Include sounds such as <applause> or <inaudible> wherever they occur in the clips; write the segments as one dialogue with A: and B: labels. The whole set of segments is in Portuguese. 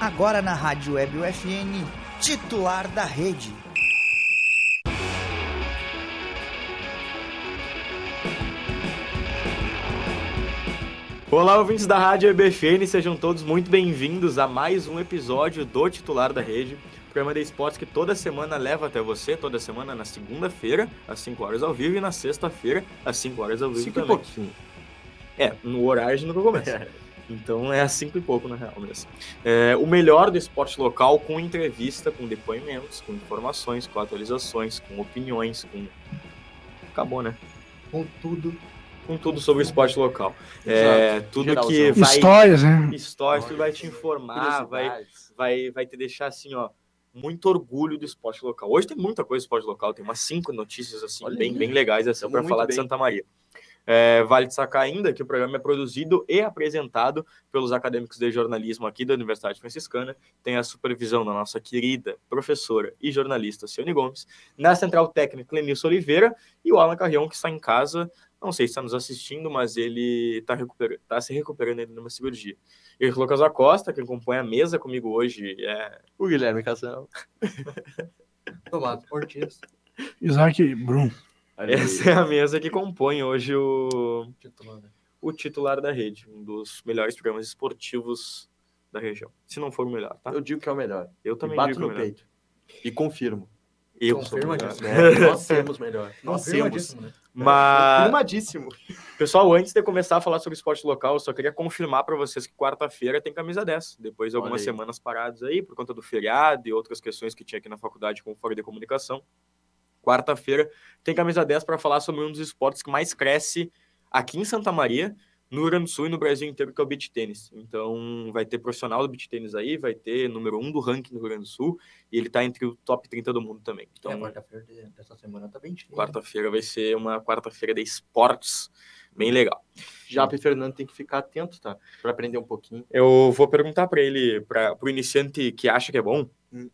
A: agora na Rádio Web UFN, titular da rede.
B: Olá, ouvintes da Rádio EBFN, sejam todos muito bem-vindos a mais um episódio do Titular da Rede, programa de esportes que toda semana leva até você, toda semana na segunda-feira, às 5 horas ao vivo, e na sexta-feira, às 5 horas ao vivo
C: Cinco e
B: também.
C: pouquinho.
B: É, no horário a gente nunca começa. Então é às 5 e pouco, na real mesmo. É, o melhor do esporte local com entrevista, com depoimentos, com informações, com atualizações, com opiniões, com. Acabou, né?
A: Com tudo.
B: Com tudo sobre o esporte local. É,
C: Exato.
B: tudo
C: Geralzão.
B: que vai.
D: Histórias, né?
B: História, tudo vai te informar, vai,
C: Curiosidades.
B: vai, vai te deixar assim, ó. Muito orgulho do esporte local. Hoje tem muita coisa do esporte local, tem umas cinco notícias assim,
C: Olha
B: bem,
C: aí.
B: bem legais assim,
C: Tamo
B: para
C: muito
B: falar de
C: bem.
B: Santa Maria. É, vale destacar ainda que o programa é produzido e apresentado pelos acadêmicos de jornalismo aqui da Universidade Franciscana, tem a supervisão da nossa querida professora e jornalista Cione Gomes, na Central Técnica Lenilson Oliveira e o Alan Carrion, que está em casa, não sei se está nos assistindo, mas ele está recupera- tá se recuperando ainda de uma cirurgia. E o Lucas Acosta, que acompanha a mesa comigo hoje, é <laughs>
C: O Guilherme <laughs> Cassel.
A: Tomás Ortiz,
D: Isaac Brum.
B: Essa é a mesa que compõe hoje o,
A: titular.
B: o titular da rede, um dos melhores programas esportivos da região. Se não for o melhor, tá?
C: Eu digo que é o melhor.
B: Eu
C: E
B: também
C: bato
B: digo que é
C: no
B: o melhor.
C: peito. E confirmo.
B: Eu sou o
A: Confirma
B: melhor.
A: disso.
C: Né? Nós temos <laughs> melhor. Nós temos.
A: Confirmadíssimo, né?
B: Mas,
C: Confirmadíssimo.
B: pessoal, antes de começar a falar sobre esporte local, eu só queria confirmar para vocês que quarta-feira tem camisa 10. Depois de
C: Olha
B: algumas
C: aí.
B: semanas paradas aí, por conta do feriado e outras questões que tinha aqui na faculdade com fora de comunicação. Quarta-feira tem camisa 10 para falar sobre um dos esportes que mais cresce aqui em Santa Maria, no Rio Grande do Sul e no Brasil inteiro, que é o beach tênis. Então, vai ter profissional do beach tênis aí, vai ter número 1 um do ranking do Rio Grande do Sul, e ele tá entre o top 30 do mundo também. Então,
A: É, quarta-feira de- dessa semana tá bem cheia.
B: É. quarta-feira vai ser uma quarta-feira de esportes bem legal.
C: Japa e Fernando tem que ficar atento, tá? Pra aprender um pouquinho.
B: Eu vou perguntar para ele, para o iniciante que acha que é bom,
C: Hum.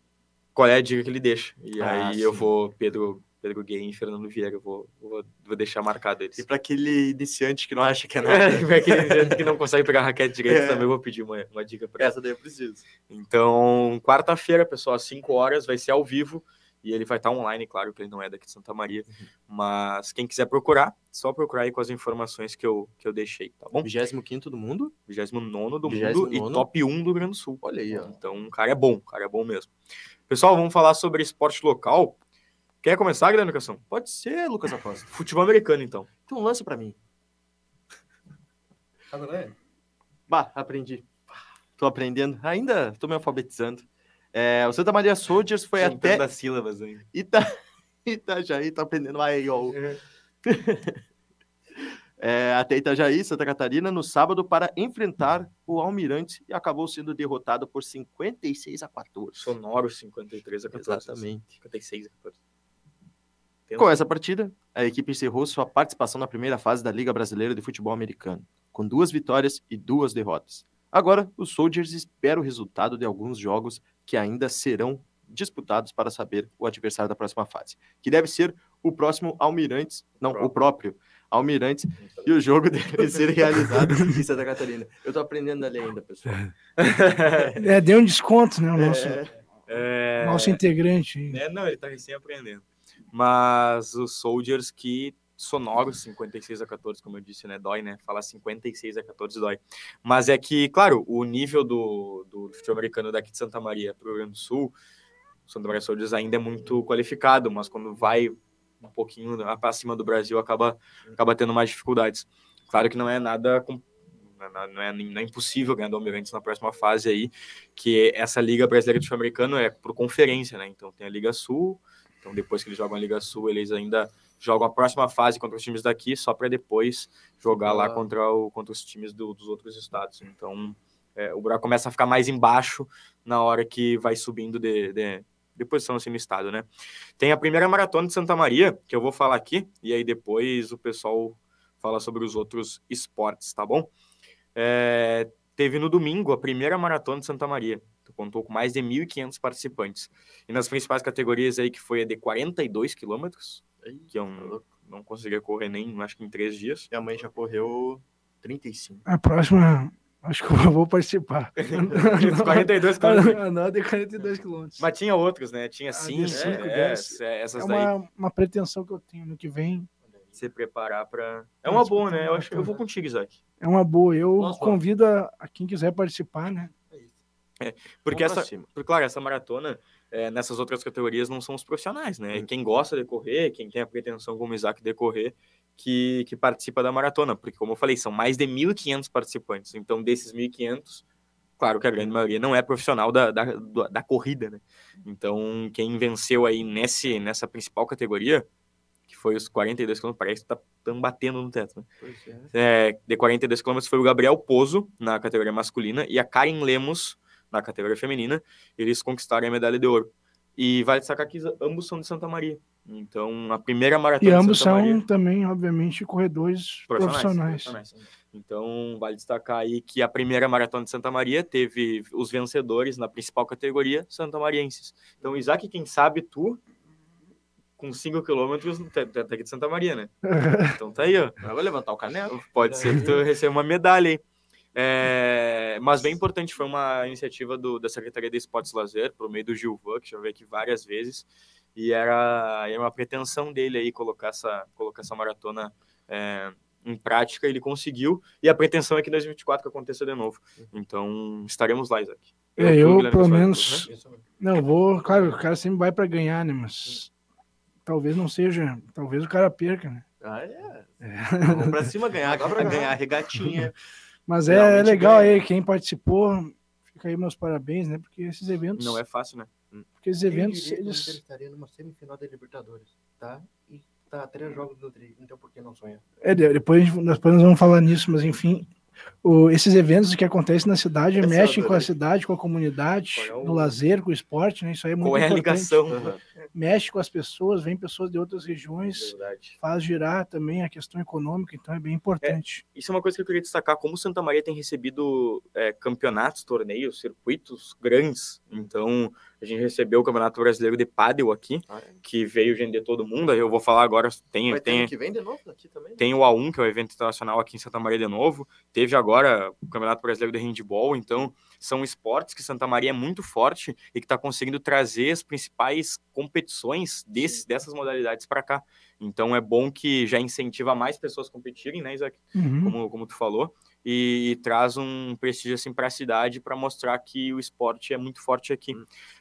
B: qual é a dica que ele deixa. E
C: Ah,
B: aí eu
C: sim.
B: vou, Pedro, Pedro Guein e Fernando Vieira, eu vou, vou, vou deixar marcado eles.
C: E pra aquele iniciante que <laughs> não
B: <laughs>
C: acha <laughs> que é nada.
B: Pra aquele iniciante que não consegue pegar raquete direito,
C: É.
B: também eu vou pedir uma, uma dica para
C: Essa daí eu preciso.
B: Então, quarta-feira, pessoal, às 5 horas, vai ser ao vivo. E ele vai estar online, claro, que ele não é daqui de Santa Maria.
C: Uhum.
B: Mas quem quiser procurar, só procurar aí com as informações que eu, que eu deixei, tá bom?
C: 25 do mundo?
B: 29 do mundo
C: 29º.
B: e top 1 do Rio Grande do Sul.
C: Olha aí, ó.
B: Então, o cara é bom, o cara é bom mesmo. Pessoal, vamos falar sobre esporte local. Quer começar, Guilherme Educação?
C: Pode ser, Lucas Acosta.
B: Futebol americano, então.
C: Então lança pra mim.
A: Sabe qual é?
C: Bah, aprendi. Tô aprendendo. Ainda tô me alfabetizando. É, o Santa Maria Soldiers foi até
B: um das sílabas ainda.
C: Ita... <laughs> Itajaí, tô aprendendo a IO. <laughs> É, até Itajaí, Santa Catarina, no sábado, para enfrentar o Almirante e acabou sendo derrotado por 56 a 14.
B: Sonoro 53 a 14.
C: Exatamente.
B: 56 a 14.
C: Com essa partida, a equipe encerrou sua participação na primeira fase da Liga Brasileira de Futebol Americano, com duas vitórias e duas derrotas. Agora, os Soldiers esperam o resultado de alguns jogos que ainda serão disputados para saber o adversário da próxima fase, que deve ser o próximo Almirantes, não, o próprio Almirantes, e o jogo <laughs> deve ser realizado em Santa Catarina. Eu tô aprendendo ali ainda, pessoal.
D: É, deu um desconto, né? O nosso,
B: É...
D: nosso integrante. aí.
B: É, não, ele tá recém aprendendo. Mas os Soldiers que sonoro 56 a 14, como eu disse, né? Dói, né? Falar 56 a 14 dói. Mas é que, claro, o nível do, do futebol americano daqui de Santa Maria pro Rio Grande do Sul, o Santa Maria Soldiers ainda é muito qualificado, mas quando vai um pouquinho pra cima do Brasil, acaba, acaba tendo mais dificuldades. Claro que não é nada. com- não é- não é, não é impossível ganhar do Almirantes na próxima fase aí, que essa Liga Brasileira de Futebol Americano é por conferência, né? Então tem a Liga Sul, então depois que eles jogam a Liga Sul, eles ainda jogam a próxima fase contra os times daqui, só para depois jogar lá
C: Ah.
B: contra, o, contra os times do- dos outros estados. Então é, o buraco começa a ficar mais embaixo na hora que vai subindo de, de, de posição assim no estado, né? Tem a primeira maratona de Santa Maria, que eu vou falar aqui, e aí depois o pessoal fala sobre os outros esportes, tá bom? É, teve no domingo a primeira maratona de Santa Maria. que Contou com mais de 1.500 participantes. E nas principais categorias aí, que foi a de 42 quilômetros, que eu não, não <laughs>
C: <laughs>
B: conseguia correr nem, acho que em três dias.
C: Minha mãe já correu 35.
D: A próxima Acho que eu vou participar.
B: 42 quilômetros.
D: A nota é 42 quilômetros.
B: Mas tinha outros, né? Tinha cinco,
D: de cinco,
B: é,
D: dez.
B: é, essas
D: É
B: daí.
D: uma, uma pretensão que eu tenho no que vem.
B: Se preparar pra. É uma boa, né? Eu acho que eu vou contigo, Isaac.
D: É uma boa. Eu
C: Nossa,
D: convido a, a quem quiser participar, né?
B: Porque
C: Vamos
B: essa,
C: pra cima.
B: Porque, claro, essa maratona, é, nessas outras categorias, não são os profissionais, né? É Quem gosta de correr, quem tem a pretensão, como o Isaac, de correr, que, que participa da maratona. Porque, como eu falei, são mais de 1.500 participantes. Então, desses 1.500, claro que a grande maioria não é profissional da, da, do- da corrida, né? Então, quem venceu aí nesse, nessa principal categoria, que foi os 42 km, parece que tá tão batendo no teto, né?
C: Pois é.
B: é, de 42 km foi o Gabriel Pozo na categoria masculina e a Karen Lemos na categoria feminina. Eles conquistaram a medalha de ouro. E vale destacar que ambos são de Santa Maria. Então, a primeira
D: E
B: maratona
D: ambos
B: de Santa
D: são
B: Maria.
D: também, obviamente, corredores profissionais.
B: Então, vale destacar aí que a primeira maratona de Santa Maria teve os vencedores na principal categoria santamarienses. Então, Isaac, quem sabe tu, com 5 quilômetros, tá tá aqui de Santa Maria, né? Então tá aí, ó.
C: Agora levantar o canelo.
B: Pode ser que tu receba uma medalha, hein? É, mas bem importante foi uma iniciativa do- da Secretaria de Esportes e Lazer, por meio do Gilvan, que já veio aqui várias vezes, e era, era uma pretensão dele aí colocar essa, colocar essa maratona é, em prática, ele conseguiu, e a pretensão é que em 2024 que aconteça de novo. Então, estaremos lá, Isaac.
D: <laughs> É,
B: tu,
D: eu,
B: Guilherme,
D: pelo
B: Fábio,
D: menos-
B: né?
D: Não, eu vou. Claro, o cara sempre vai para ganhar, né? Mas talvez não seja. Talvez o cara perca, né?
C: Ah, é. Vamos pra cima ganhar, agora pra ganhar <laughs> regatinha.
D: Mas é,
C: Realmente
D: legal
C: ganha.
D: aí, quem participou, fica aí meus parabéns, né? Porque esses eventos.
B: Não é fácil, né?
D: Porque esses eventos,
E: Ele
D: eles.
E: estaria numa semifinal da Libertadores, tá? E tá a três jogos do tri, então por que não sonhar?
D: É, de- depois, a gente- nós- depois nós vamos falar nisso, mas enfim. o- esses eventos que acontecem na cidade
C: Esse eu
D: mexem com a
C: adorei.
D: cidade, com a comunidade,
B: é Qual é o-
D: no lazer, com o esporte, né? Isso aí é muito
B: Qual é a
D: importante.
B: ligação?
D: Mexe com as pessoas, vem pessoas de outras regiões,
B: Verdade.
D: faz girar também a questão econômica, então é bem importante.
B: Isso é uma coisa que eu queria destacar, como Santa Maria tem recebido é, campeonatos, torneios, circuitos grandes. Então, a gente recebeu o Campeonato Brasileiro de Pádel aqui,
C: Ah, é.
B: que veio gente de todo mundo. aí Eu vou falar agora, tem,
C: Vai ter
B: tem,
C: ano que vem de novo aqui também?
B: tem o A1, que é o evento internacional aqui em Santa Maria de novo. Teve agora o Campeonato Brasileiro de Handball. Então, são esportes que Santa Maria é muito forte e que está conseguindo trazer as principais competições desse, dessas modalidades para cá. Então, é bom que já incentiva mais pessoas a competirem, né, Isaac?
D: Uhum.
B: como, como tu falou, e, e traz um prestígio assim para a cidade para mostrar que o esporte é muito forte aqui.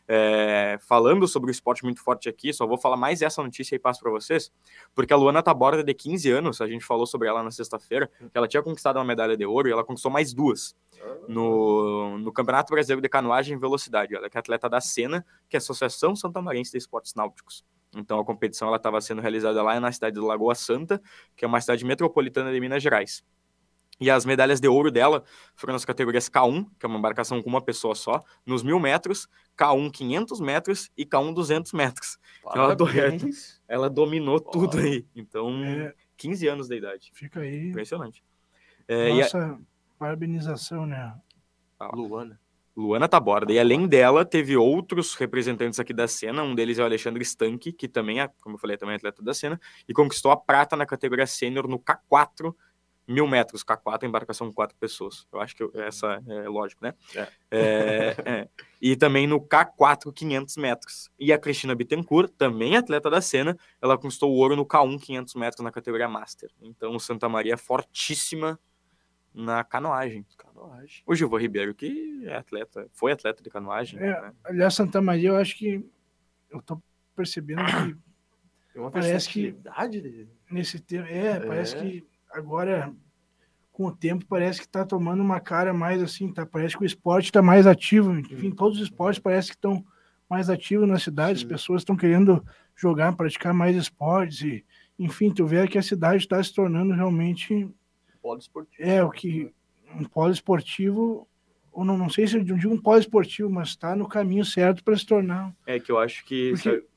B: É, falando sobre o esporte muito forte aqui, só vou falar mais essa notícia e passo para vocês, porque a Luana Taborda, de 15 anos, a gente falou sobre ela na sexta-feira, que ela tinha conquistado uma medalha de ouro e ela conquistou mais duas no, no Campeonato Brasileiro de Canoagem e Velocidade. Ela que é atleta da Sena, que é a Associação Santamarense de Esportes Náuticos. Então a competição ela estava sendo realizada lá na cidade de Lagoa Santa, que é uma cidade metropolitana de Minas Gerais. E as medalhas de ouro dela foram nas categorias K1, que é uma embarcação com uma pessoa só, nos mil metros, K1 500 metros e K1 200 metros. Eu adorei. Ela dominou tudo aí. Então,
D: É,
B: 15 anos da idade.
D: fica aí
B: Impressionante. É, e a
D: nossa parabenização, né?
C: Luana.
B: Luana Taborda. E além dela, teve outros representantes aqui da cena. Um deles é o Alexandre Stanque, que também é, como eu falei, também é atleta da cena, e conquistou a prata na categoria sênior no K4, mil metros. K4 embarcação com quatro pessoas. Eu acho que eu- essa é lógico, né?
C: É.
B: É, é. E também no K4, 500 metros. E a Cristina Bittencourt, também atleta da cena, ela conquistou o ouro no K1, 500 metros na categoria Master. Então, Santa Maria é fortíssima na canoagem.
C: Canoagem.
B: O Gilvão Ribeiro, que é atleta, foi atleta de canoagem,
D: É.
B: né?
D: Aliás, Santa Maria, eu acho que eu tô percebendo que
C: Tem uma
D: Parece que-
C: versatilidade dele.
D: nesse tempo. É, parece
C: É.
D: que agora, com o tempo, parece que tá tomando uma cara mais assim, tá? Parece que o esporte tá mais ativo. Enfim, todos os esportes parece que estão mais ativos na cidade, as
C: Sim.
D: pessoas estão querendo jogar, praticar mais esportes e. Enfim, tu vê que a cidade está se tornando realmente
C: Polo esportivo.
D: é o que um polo esportivo, ou não, não sei se eu digo um polo esportivo, mas está no caminho certo para se tornar
B: É que eu acho que
D: Porque-
B: sabe,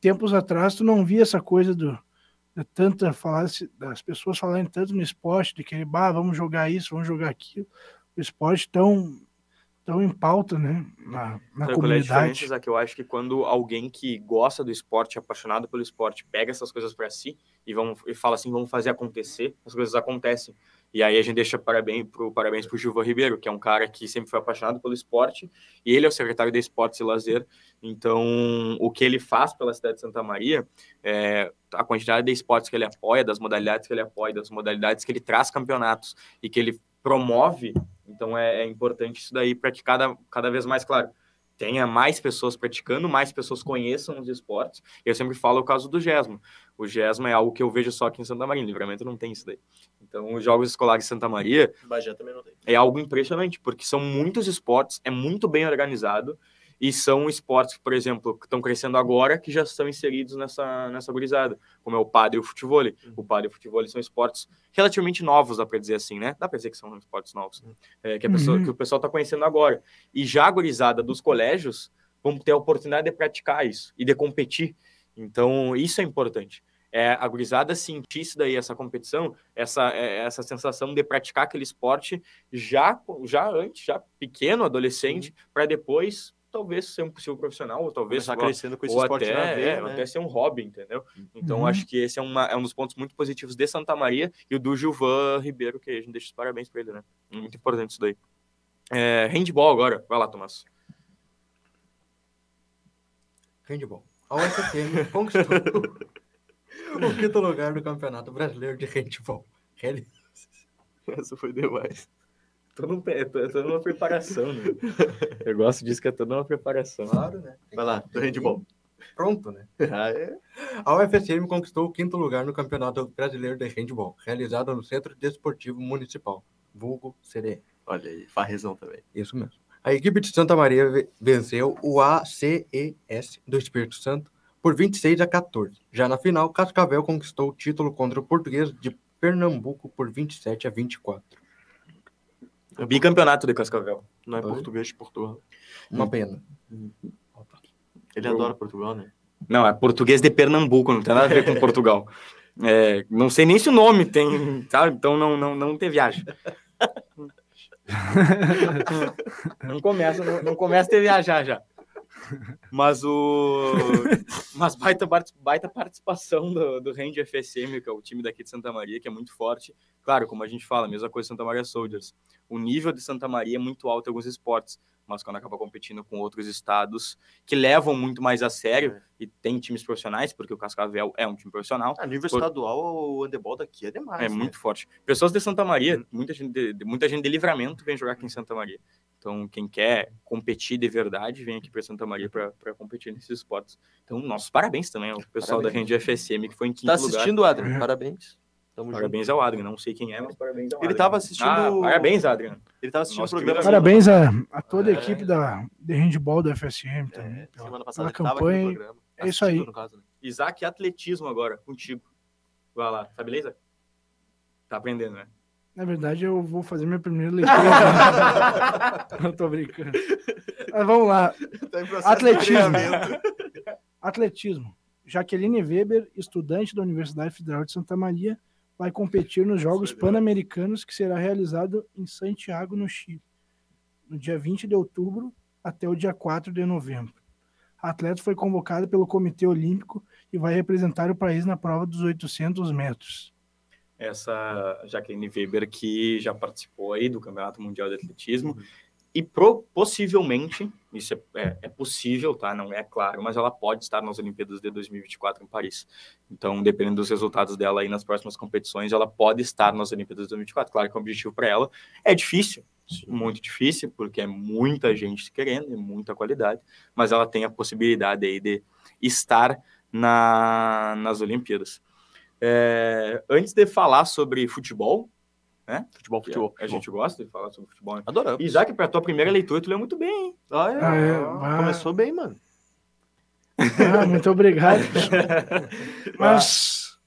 D: tempos atrás tu não via essa coisa do de tanta falar das pessoas falarem tanto no esporte de que bah, vamos jogar isso, vamos jogar aquilo. O esporte tão tão em pauta, né, na,
B: sabe
D: na
B: qual é a
D: comunidade.
B: diferença, que eu acho que quando alguém que gosta do esporte, apaixonado pelo esporte, pega essas coisas pra si e vão e fala assim, vamos fazer acontecer, as coisas acontecem. E aí a gente deixa parabéns pro, parabéns pro Gilvan Ribeiro, que é um cara que sempre foi apaixonado pelo esporte, e ele é o secretário de Esportes e Lazer. Então, o que ele faz pela cidade de Santa Maria, é, a quantidade de esportes que ele apoia, das modalidades que ele apoia, das modalidades que ele traz campeonatos e que ele promove, então é, é importante isso daí para que cada, cada vez mais, claro, tenha mais pessoas praticando, mais pessoas conheçam os esportes. Eu sempre falo o caso do GESMA. O GESMA é algo que eu vejo só aqui em Santa Maria, em Livramento não tem isso daí. Então, os Jogos Escolares de Santa Maria
F: Bagé também não tem.
B: é algo impressionante, porque são muitos esportes, é muito bem organizado, e são esportes que, por exemplo, que estão crescendo agora, que já estão inseridos nessa, nessa gurizada, como é o padre e o futebol. O padre e o futebol são esportes relativamente novos, dá para dizer assim, né? Dá para dizer que são esportes novos, é, que, a pessoa,
D: Uhum.
B: que o pessoal está conhecendo agora. E já a gurizada dos colégios vão ter a oportunidade de praticar isso e de competir. Então, isso é importante. É, a gurizada sentir isso daí, essa competição, essa, é, essa sensação de praticar aquele esporte já, já antes, já pequeno, adolescente, para depois talvez ser um possível profissional, ou talvez
C: Começar
B: ou-
C: crescendo com esse
B: ou
C: esporte
B: até,
C: na veia,
B: é, ou
C: né?
B: até ser um hobby, entendeu? Então
D: Uhum.
B: acho que esse é, uma- é um dos pontos muito positivos de Santa Maria e o do Gilvan Ribeiro, que a gente deixa os parabéns para ele, né? Muito importante isso daí. É, handball agora, vai lá, Tomás.
E: Handball. A UFSM conquistou o quinto lugar do Campeonato Brasileiro de Handball. Ele-
C: Essa foi demais.
B: Tô num pé- tô- é toda uma preparação, né? Eu gosto disso que é toda uma preparação.
E: Claro, né?
C: Vai lá, do handball.
E: Pronto, né?
C: Ah, é?
E: A UFSM conquistou o quinto lugar no Campeonato Brasileiro de Handball, realizado no Centro Desportivo Municipal, vulgo CDE.
C: Olha aí, farrezão também.
E: Isso mesmo. A equipe de Santa Maria ve- venceu o ACES do Espírito Santo por 26 a 14. Já na final, Cascavel conquistou o título contra o Português de Pernambuco por 27 a 24.
B: Bicampeonato de Cascavel.
C: Não é
E: Oi?
C: português de Portugal.
E: Uma pena.
C: Ele
B: Eu-
C: adora Portugal, né?
B: Não, é português de Pernambuco, não tem nada a ver <laughs> com Portugal. É, não sei nem se o nome tem, sabe? Então não, não, não tem viagem. <laughs> Não começa, não, não começa a ter viajar já. Mas o. Mas baita, part- baita participação do, do Range FSM, que é o time daqui de Santa Maria, que é muito forte. Claro, como a gente fala, mesma coisa Santa Maria Soldiers. O nível de Santa Maria é muito alto em alguns esportes, mas quando acaba competindo com outros estados que levam muito mais a sério, e tem times profissionais, porque o Cascavel é um time profissional,
C: A Ah, nível
B: Por-
C: estadual, o handebol daqui é demais.
B: é
C: né?
B: muito forte. Pessoas de Santa Maria,
C: Uhum.
B: muita gente de, de- muita gente de livramento vem jogar aqui em Santa Maria. Então, quem quer competir de verdade, vem aqui para Santa Maria para competir nesses esportes. Então, nossos parabéns também ao pessoal
C: Parabéns.
B: da Rende FSM, que foi em quinto
C: Tá
B: lugar.
C: assistindo, Adrian? Parabéns. Tamo junto.
B: Parabéns ao Adrian, não sei quem é, mas parabéns ao
C: Ele
B: Adrian.
C: tava assistindo-
B: Ah, parabéns, Adrian.
C: Ele tava assistindo
B: Nosso
C: o programa.
B: querido
D: Parabéns a, a toda a
C: É.
D: equipe da, de handball da FSM também.
C: É,
D: pela-
C: semana passada ele tava
D: pela
C: aqui
D: campanha,
C: no programa.
D: é isso
C: Assistindo,
D: aí.
C: no caso, né?
B: Isaac, atletismo agora, contigo. Vai lá, tá beleza? Tá aprendendo, né?
D: Na verdade, eu vou fazer minha primeira leitura. <laughs> Não tô brincando. Mas vamos lá.
C: <laughs> Tá em processo de
D: Atletismo.
C: treinamento.
D: Atletismo. Jaqueline Weber, estudante da Universidade Federal de Santa Maria, vai competir nos Jogos Pan-Americanos que será realizado em Santiago, no Chile, no dia 20 de outubro até o dia 4 de novembro. A atleta foi convocada pelo Comitê Olímpico e vai representar o país na prova dos 800 metros.
B: essa Jaqueline Weber que já participou aí do Campeonato Mundial de Atletismo e pro- possivelmente, isso é, é- é possível, tá? Não é claro, mas ela pode estar nas Olimpíadas de 2024 em Paris. Então, dependendo dos resultados dela aí nas próximas competições, ela pode estar nas Olimpíadas de 2024. Claro que o objetivo para ela é difícil, muito difícil, porque é muita gente querendo, é muita qualidade, mas ela tem a possibilidade aí de estar na- nas Olimpíadas. É, antes de falar sobre futebol,
C: Futebol,
B: que
C: futebol.
B: a, a gente gosta de falar sobre futebol. né?
C: Adoramos.
B: E já que para tua primeira leitura tu leu muito bem, hein?
C: Ah, é.
D: Ah, é.
C: Ah, Começou bem, mano.
D: Ah, muito obrigado. Mas.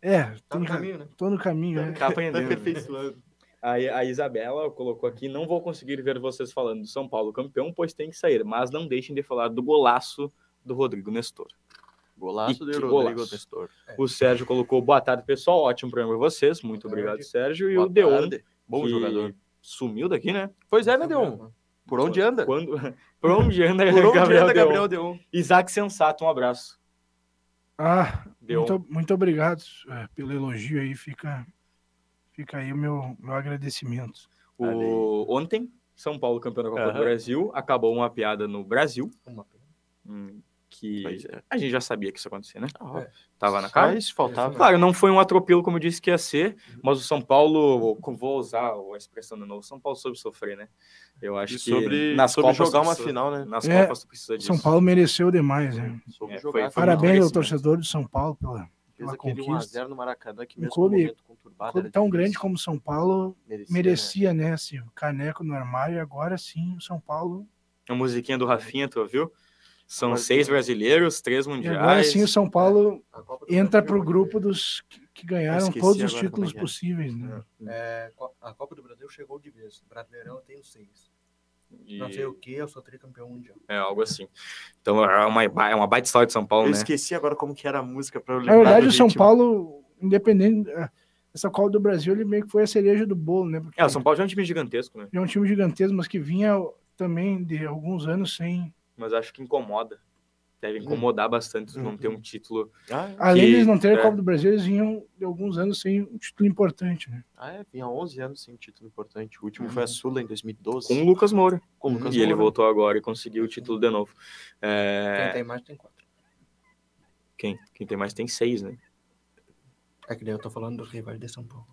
D: É,
E: Tá
D: tem
E: no
D: ra-
E: caminho, né?
D: tô no caminho, né?
B: Tá
C: <laughs> Tá
B: aprendendo. né?
C: aperfeiçoando.
B: a, a Isabela colocou aqui: não vou conseguir ver vocês falando do São Paulo campeão, pois tem que sair. Mas não deixem de falar do golaço do Rodrigo Nestor.
C: Golaço
B: E
C: de
B: que
C: Rodrigo
B: golaço.
C: Nestor.
B: O Sérgio colocou boa tarde, pessoal. Ótimo programa pra vocês. Muito
E: Boa
B: obrigado,
E: tarde.
B: Sérgio. E
C: É. Boa
B: o Deon.
C: tarde. Bom
B: que
C: jogador.
B: Sumiu daqui, né?
C: Pois é, né, Deon?
E: um?
C: Por onde anda? Por
B: Quando... <laughs> Por onde anda,
C: onde
B: Gabriel,
C: anda
B: Deon?
C: Gabriel Deon?
B: Isaac Sensato, um abraço.
D: Ah,
B: Deon.
D: Muito, muito obrigado é, pelo elogio aí, fica, Fica aí o meu, meu agradecimento.
B: O... Ontem, São Paulo campeão da Copa
F: Aham.
B: do Brasil, acabou uma piada no Brasil, hum, que
C: Pois é.
B: a gente já sabia que isso ia acontecer, né?
C: Ah,
B: Tava na
C: só
B: cara.
C: isso Uhum. faltava.
B: Claro, não foi um atropelo como eu disse que ia ser, mas o São Paulo, vou usar a expressão de novo, o São Paulo soube sofrer, né? Eu acho
C: E
B: que
C: sobre,
B: nas
C: sobre
B: Copas
C: jogar
B: tu
C: uma
B: precisa-
C: final, né?
B: Nas
D: É,
B: Copas tu precisa disso.
D: São Paulo mereceu demais, né?
C: Sobre
B: É,
C: jogar
B: foi-
C: a
B: foi
C: final.
D: Parabéns ao
B: merecimento.
D: torcedor de São Paulo pela.
C: Fez
D: pela
C: aquele
D: conquista.
C: 1x0 no Maracanã que
D: Um
C: mesmo
D: clube-
C: no momento conturbado
D: clube
C: era
D: tão
C: difícil.
D: grande como São Paulo
C: merecia,
D: merecia, né? Esse caneco no armário. E agora sim, o São Paulo.
B: A musiquinha do Rafinha, tu viu? São
C: Agora-
B: seis brasileiros, três
D: E
B: mundiais.
D: agora sim, o São Paulo
E: A Copa do
D: entra
E: Brasil é,
D: pro
E: vai
D: grupo dos que- que ganharam
C: esqueci
D: todos os
C: agora como é
D: títulos
C: que é.
D: possíveis, né?
E: ter- é, co- a Copa do Brasil chegou de vez. Brasileirão eu tenho seis.
B: E-
E: Não sei o que, eu sou tricampeão mundial.
B: É algo assim. Então é uma, é uma baita história de São Paulo,
C: Eu
B: né?
C: esqueci agora como que era a música pra eu
D: Na
C: lembrar.
D: verdade,
C: do
D: o São
C: ritmo.
D: Paulo, independente. eh, Essa Copa do Brasil, ele meio que foi a cereja do bolo, né? Porque
B: É, o São Paulo já é um time gigantesco, né?
D: é um time gigantesco, mas que vinha também de alguns anos sem.
B: Mas acho que incomoda. Deve incomodar bastante se não ter um título.
C: Ah,
D: Além
B: Que-
D: de eles não terem a
B: é.
D: Copa do Brasil, eles vinham de alguns anos sem um título importante, né?
C: ah, é, vinha 11 anos sem título importante. O último foi a Sula em 2012.
B: Uhum. Com o Lucas Moura.
C: com o Lucas
B: e ele
C: Moura.
B: voltou agora e conseguiu o título de novo. É,
E: Quem tem mais tem quatro.
B: Quem, quem tem mais tem seis, né?
E: É que daí eu tô falando dos rivais de São Paulo.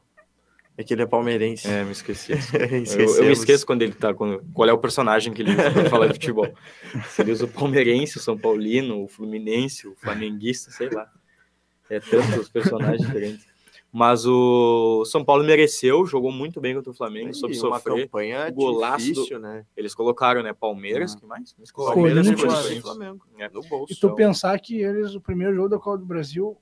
C: É que ele é palmeirense. <laughs>
B: É, me esqueci. Eu, eu me
C: Esquecemos.
B: esqueço quando ele tá. Quando, qual é o personagem que ele usa pra falar de futebol? Se ele usa o palmeirense, o São Paulino, o Fluminense, o Flamenguista, sei lá. É tantos personagens diferentes. Mas o São Paulo mereceu, jogou muito bem contra o Flamengo,
C: E
B: soube
C: uma
B: sofrer.
C: campanha
B: golaço do-
C: difícil, né?
B: Eles colocaram, né? Palmeiras, que mais?
D: Palmeiras
C: e
D: e Corinthians.
C: Corinthians. Flamengo.
B: É.
C: No bolso.
D: E tu pensar que eles, o primeiro jogo da Copa do Brasil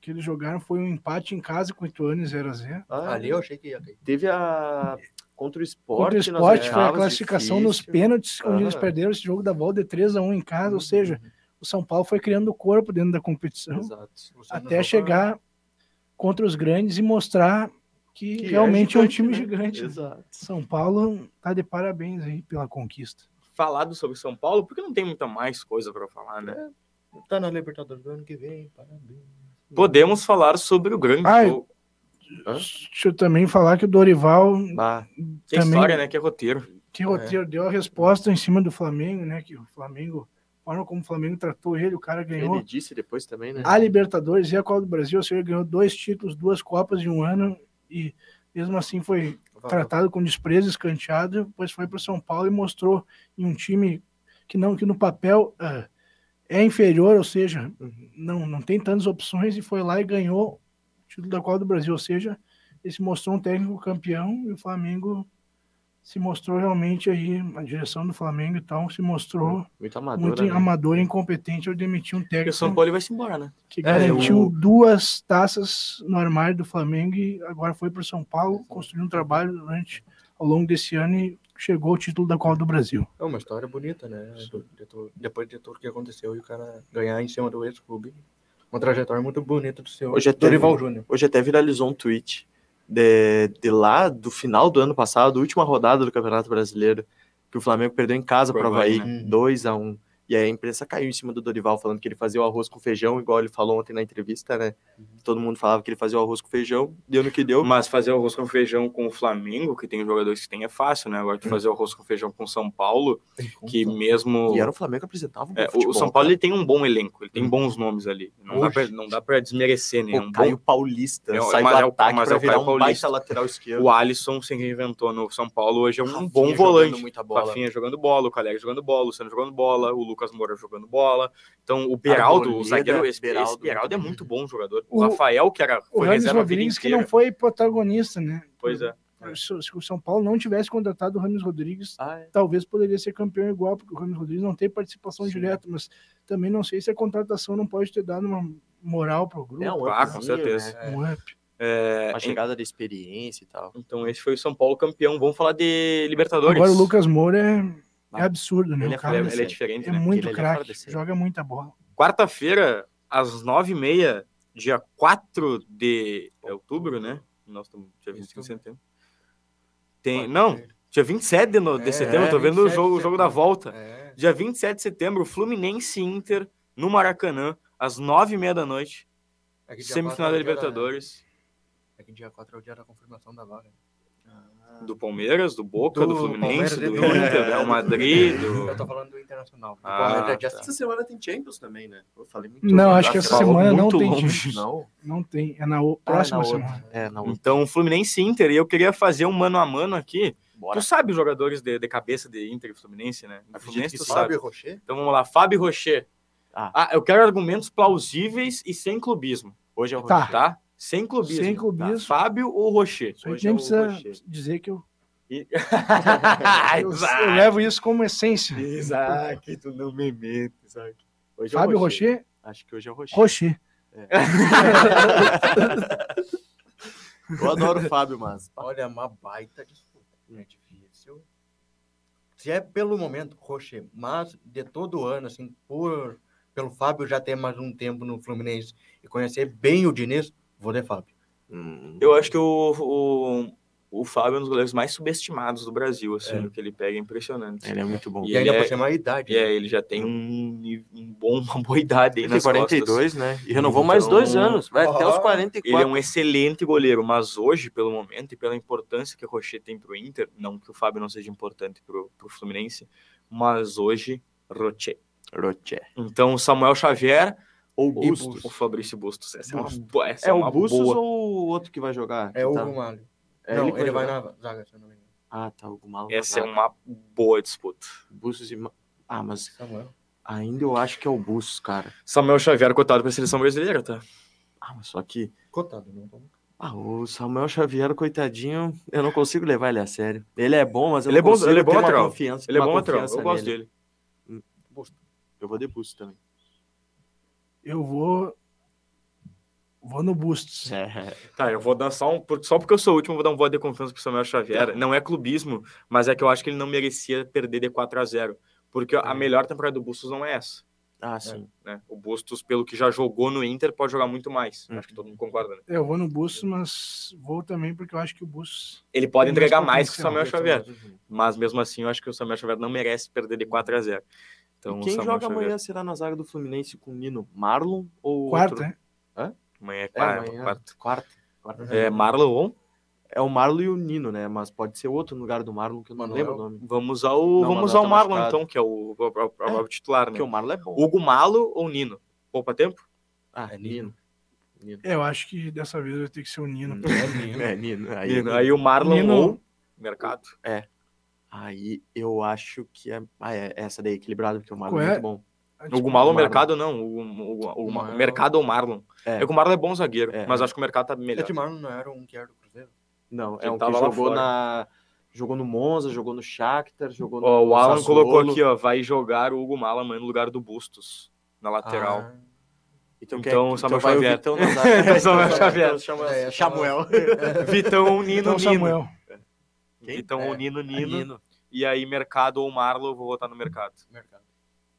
D: que eles jogaram foi um empate em casa com o Ituano 0x0.
B: é.
C: Ah,
E: Ali eu achei que ia cair.
C: Teve a... Contra o esporte.
D: Contra o
C: nas
D: esporte foi a
C: oitavas,
D: classificação
C: difícil.
D: nos pênaltis, onde eles
C: Aham.
D: perderam esse jogo da volta de 3x1 em casa, ou seja, o São Paulo foi criando o corpo dentro da competição
C: Exato.
E: Luciano
D: até
E: Juba-
D: chegar contra os grandes e mostrar que,
C: Que
D: realmente é, um
C: gigante,
D: time
C: né?
D: gigante. né?
C: Exato.
D: São Paulo tá de parabéns aí pela conquista.
B: Falado sobre São Paulo, porque não tem muita mais coisa pra falar, né?
E: Tá na Libertadores do ano que vem, parabéns.
B: Podemos falar sobre o grande
D: Ai,
B: jogo.
D: Deixa eu também falar que o Dorival,
C: Ah,
B: Que
D: também-
B: história, né? Que roteiro.
C: É.
D: que roteiro, deu a resposta em cima do Flamengo, né? Que o Flamengo, a forma como o Flamengo tratou ele, o cara ganhou
C: ele disse depois também, né?
D: a Libertadores e a Copa do Brasil, ou seja, ele ganhou dois títulos, duas Copas em um ano e mesmo assim foi tratado com desprezo, escanteado, depois foi para São Paulo e mostrou em um time que não que no papel ah, é inferior, ou seja,
B: Uhum.
D: não, não tem tantas opções e foi lá e ganhou o título da Copa do Brasil, ou seja, ele se mostrou um técnico campeão e o Flamengo se mostrou realmente aí, a direção do Flamengo e tal, se mostrou
C: Muito amador.
D: muito amador e incompetente ao demitir um
B: Porque
D: técnico
B: o São Paulo vai se embora, né?
D: que
C: É,
D: garantiu
C: o-
D: duas taças no armário do Flamengo e agora foi para o São Paulo, construiu um trabalho durante ao longo desse ano e chegou ao título da Copa do Brasil.
E: É uma história bonita, né? Do- de tu- depois de tudo que aconteceu e o cara ganhar em cima do ex-clube. Uma trajetória muito bonita do seu
C: Hoje é
E: Dorival Júnior.
C: Hoje até viralizou um tweet de, de lá do final do ano passado, última rodada do Campeonato Brasileiro, que o Flamengo perdeu em casa para o
B: Pro
C: Havaí,
B: Havaí,
C: 2 a 1 E aí a imprensa caiu em cima do Dorival, falando que ele fazia o arroz com feijão, igual ele falou ontem na entrevista, né? Todo mundo falava que ele fazia o arroz com feijão, deu no que deu.
B: Uhum. Mas fazer o arroz com feijão com o Flamengo, que tem jogadores que tem, é fácil, né? Agora, tu fazer o arroz com feijão com o São Paulo, que mesmo.
C: E era o Flamengo que apresentava um bom
B: É, o-
C: futebol,
B: o São Paulo
C: cara.
B: ele tem um bom elenco, ele tem bons nomes ali. Não dá
C: Hoje.
B: pra, não dá pra desmerecer, né? É
C: Pô,
B: um
C: Caio
B: bom...
C: Paulista
B: É,
C: sai do
B: mas é o-
C: ataque
B: mas
C: pra
B: é o
C: virar
B: Caio
C: um
B: Paulista.
C: baita lateral esquerdo.
B: O Alisson se reinventou no São Paulo, hoje é um
C: Rafinha
B: bom
C: jogando
B: volante.
C: muita bola.
B: Rafinha jogando bola, o Calheiros jogando bola, o Luciano jogando bola, o Lucas Moura jogando bola. Então, o Beraldo, o
C: Arboleda,
B: zagueiro, esse
C: né? Beraldo.
B: Beraldo, esse Beraldo é muito bom jogador. O,
D: O-
B: Rafael, que era
D: O
B: foi
D: Rames
B: reserva a vida
D: Rodrigues que não
B: inteira.
D: foi protagonista, né?
B: Pois é.
D: Se, se o São Paulo não tivesse contratado o Rames Rodrigues,
C: Ah, é.
D: talvez poderia ser campeão igual, porque o Rames Rodrigues não tem participação
C: Sim.
D: direta, mas também não sei se a contratação não pode ter dado uma moral para o grupo.
C: É um
B: Ah,
C: upzinho,
B: com certeza.
C: né?
D: um up.
B: É,
C: A chegada da experiência e tal.
B: então, esse foi o São Paulo campeão. Vamos falar de Libertadores.
D: Agora o Lucas Moura é, é absurdo, né?
C: Ele
D: O
C: é
D: cara
B: Ele é- ele é
C: Sério.
B: diferente,
D: é
B: né?
D: muito
C: Ele é fora
D: craque,
C: de série.
D: joga muita bola.
B: Quarta-feira, às nove e meia, dia 4 de é outubro, né? Nós estamos dia 25 de setembro. Tem, não, dia 27 de, no, de
E: É,
B: setembro, eu tô vendo o
E: 27
B: jogo, o
E: de
B: jogo da
E: setembro.
B: volta.
E: É.
B: Dia 27 de setembro, Fluminense e Inter, no Maracanã, às nove e meia da noite,
E: É que dia
B: Tá. semifinal
E: quatro
B: da
E: é o dia
B: Libertadores.
E: é É que dia 4 é o dia da confirmação da vaga.
B: Do Palmeiras, do Boca, do,
E: Do
B: Fluminense,
E: Palmeiras
B: do
E: e do-
B: Inter, do
E: é,
B: Real
E: do-
B: Madrid,
E: Eu
B: do...
E: tô falando do Internacional. Do
B: Ah,
E: Palmeiras é dia
B: tá.
F: Essa semana tem Champions também, né? Eu falei muito.
C: Então,
D: Não,
F: longe.
D: acho que
F: Ah,
D: essa
F: falou
D: semana não
F: muito
D: tem
F: longe.
D: Champions.
F: Não.
D: Não tem. É na o- próxima semana.
E: É, na outra.
B: Então, Fluminense e Inter, e eu queria fazer um mano a mano aqui.
F: Bora.
B: Tu sabe os jogadores de, de cabeça de Inter e Fluminense, né? Do Fluminense tu sabe.
F: Fábio Rocher?
B: Então vamos lá, Fábio Rocher.
C: Ah.
B: Ah, eu quero argumentos plausíveis e sem clubismo,
C: Hoje é o
D: Tá.
B: tá? Sem clubismo.
D: Sem
B: tá?
D: clubismo.
B: Fábio ou Rocher?
D: Isso aí
F: Hoje é
D: nem
F: o
B: <laughs>
D: precisa <laughs>
F: Rocher.
D: dizer que eu, eu, eu
B: Isaac,
D: levo isso como essência.
B: Isaac, tu não me mete, Isaac.
C: Hoje é o
D: Fábio Rocher,
C: Acho que hoje é o Rocher.
D: Rocher.
C: Eu adoro o Fábio, mas.
E: Olha, uma baita disputa. É difícil. Se é pelo momento, Rocher, mas de todo ano, assim, por, pelo Fábio já ter mais um tempo no Fluminense e conhecer bem o Diniz, vou de Fábio.
B: Eu acho que o, o, o Fábio é um dos goleiros mais subestimados do Brasil, assim,
E: É.
B: o que ele pega é impressionante.
C: Ele é muito bom.
B: E
E: E,
B: ele
E: ainda
B: é-
E: por ser maior idade. né?
B: E é, ele já tem um, ni- um bom, <laughs> uma boa idade aí
C: Ele tem
B: nas 42.
C: 42, né? E renovou mais dois
B: Então,
C: anos. Vai até os
F: ó,
C: 44.
B: Ele é um excelente goleiro, mas hoje, pelo momento e pela importância que o Rocher tem pro Inter, não que o Fábio não seja importante pro, pro Fluminense, mas hoje, Rocher.
C: Rocher.
B: Então, Samuel Xavier ou
E: E
B: Bustos.
E: Bustos.
B: O Fabrício Bustos. Essa é uma, boa- essa
C: É o
B: uma
C: Bustos
B: boa.
C: ou o outro que vai jogar?
E: É
C: Que
E: o
C: tá-
E: Romário.
C: É
E: não,
C: que
E: ele, vai
C: jogar?
E: na zaga, se eu não me engano.
C: Ah, tá. O Gumalo. na
B: Essa é
C: zaga.
B: uma boa disputa.
C: Bustos e. Ma- Ah, mas
E: Samuel.
C: ainda eu acho que é o Bustos, cara.
B: Samuel Xavier cotado pra seleção brasileira, tá?
C: Ah, mas só que.
E: Cotado, não tô.
C: Ah, o Samuel Xavier, coitadinho, eu não consigo levar ele a sério. Ele é bom, mas eu
B: Ele é
C: não
B: bom-
C: consigo
B: ele é
C: ter
B: bom
C: uma
B: lateral.
C: confiança.
B: Ele é
C: uma
B: bom lateral,
C: confiança
B: eu gosto
C: nele.
B: dele.
C: Eu vou de Bustos também.
D: Eu vou. Vou no Bustos.
B: Tá, eu vou dar só um. por- Só porque eu sou o último, eu vou dar um voto de confiança pro Samuel
C: Tá.
B: Xavier. Não é clubismo, mas é que eu acho que ele não merecia perder de 4 a 0 Porque
C: Tá.
B: a melhor temporada do Bustos não é essa.
C: Ah, sim.
B: Né? O Bustos, pelo que já jogou no Inter, pode jogar muito mais.
C: Uhum.
B: Acho que todo mundo concorda, né?
D: É, Eu vou no Bustos, mas vou também porque eu acho que o Bustos.
B: Ele pode
D: Tem mais
B: entregar mais que o
D: potencial,
B: Samuel
D: né,
B: Xavier. Mas mesmo assim, eu acho que o Samuel Xavier não merece perder de 4 a 0 Então,
C: e quem
B: Samuel
C: joga
B: Xavier-
C: amanhã será na zaga do Fluminense com o Nino? Marlon ou
D: Quarta,
C: outro?
D: né?
B: Amanhã é
C: É,
B: quarta.
C: amanhã.
B: quarta.
C: Quarta. Quarta.
B: É, Marlon,
C: É o Marlon e o Nino, né? Mas pode ser outro no lugar do Marlon, que eu não
E: Manuel.
C: lembro o nome.
B: vamos ao,
C: Manuel
B: vamos ao
C: tá
B: Marlon,
C: machucado.
B: então, que é o, o, o- o provável titular, né?
C: Porque o Marlon é bom.
B: Hugo Malo ou Nino? Poupa tempo?
C: Ah,
E: É
C: Nino.
D: É, eu acho que dessa vez vai ter que ser o Nino.
C: <laughs>
E: É,
C: É, Nino. Aí,
B: Nino. Aí o Marlon
D: Nino-
B: ou mercado.
C: aí eu acho que é... Ah, é essa daí, equilibrada, porque o Marlon
D: Qual
C: é
D: é?
C: muito bom.
B: O Gumalo ou
C: Marlon.
B: mercado, não. O, o, o- o-
E: Marlon.
B: mercado ou Marlon.
C: É.
B: É. que o Marlon é bom zagueiro,
C: É.
B: mas acho que o mercado tá
E: é
B: melhor.
E: que Marlon não era um que era do Cruzeiro?
C: Não,
B: Ele
C: é um que
B: tava lá
C: jogou
B: fora.
C: na... Jogou no Monza, jogou no Shakhtar, jogou no
B: Ó, o Alan
C: é Sassuolo.
B: colocou aqui, ó. Vai jogar o Hugo Malo amanhã no lugar do Bustos, na lateral.
E: Ah,
C: Então,
B: Então,
C: quer-
B: Samuel
C: vai o
B: Xavier.
C: Vitão na zaga.
B: Então, <laughs> Samuel
C: Então,
B: Xavier.
C: Samuel-
E: É,
C: Samuel.
B: <laughs> Vitão, Nino,
D: Então,
B: Nino.
D: Samuel.
C: Quem?
B: Então,
E: É,
B: o Nino,
C: É,
B: Nino.
C: Nino.
B: E aí, mercado ou Marlon, eu vou votar no mercado.
E: mercado.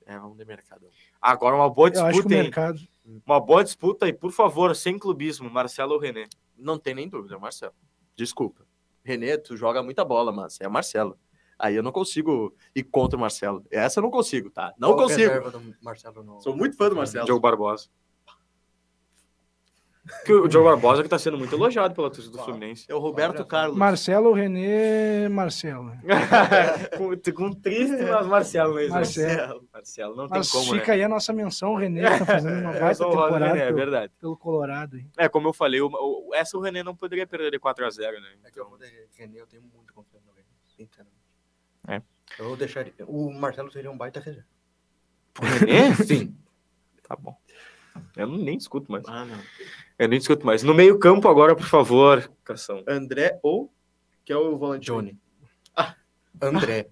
C: É, vamos de mercado.
B: Agora, uma boa
D: Eu acho que o
B: disputa, hein?
D: mercado.
B: Uma boa disputa e, por favor, sem clubismo, Marcelo ou René?
C: Não tem nem dúvida, é o Marcelo. Desculpa. Renê, tu joga muita bola, mas é o Marcelo. Aí eu não consigo ir contra o Marcelo. Essa eu não consigo, tá? Não
E: Qual é
C: consigo.
E: reserva do Marcelo no-
C: Sou muito fã do Marcelo.
B: Diogo Barbosa. <laughs> Que o Diogo Barbosa que tá sendo muito elogiado pela torcida do
E: Claro.
B: Fluminense.
C: É o Roberto
E: Olha só.
C: Carlos.
D: Marcelo ou René Marcelo. né?
B: <laughs> com, com triste, mas Marcelo, né? Zé?
D: Marcelo.
B: Marcelo, não tem
D: Mas
B: como,
D: fica
B: né?
D: aí a nossa menção, o René tá fazendo
B: <laughs>
D: uma
B: É,
D: baita
B: só o Rosa
D: temporada
B: René, é
D: pelo,
B: verdade.
D: pelo Colorado. hein?
B: É, como eu falei, o- o- essa o René não poderia perder de 4x0, né?
E: É que eu
B: Então,
E: vou deixar René, eu tenho muito confiança no René, sinceramente.
B: É.
E: Eu deixaria. O Marcelo seria um
C: <laughs>
E: baita reserva.
B: pro René?
E: Sim.
B: <laughs> tá bom. Eu não- nem discuto mais.
C: Ah, não.
B: Eu nem discuto mais. No meio campo agora, por favor, Cação.
C: André ou, que é o volante. Ah.
E: Johnny. André.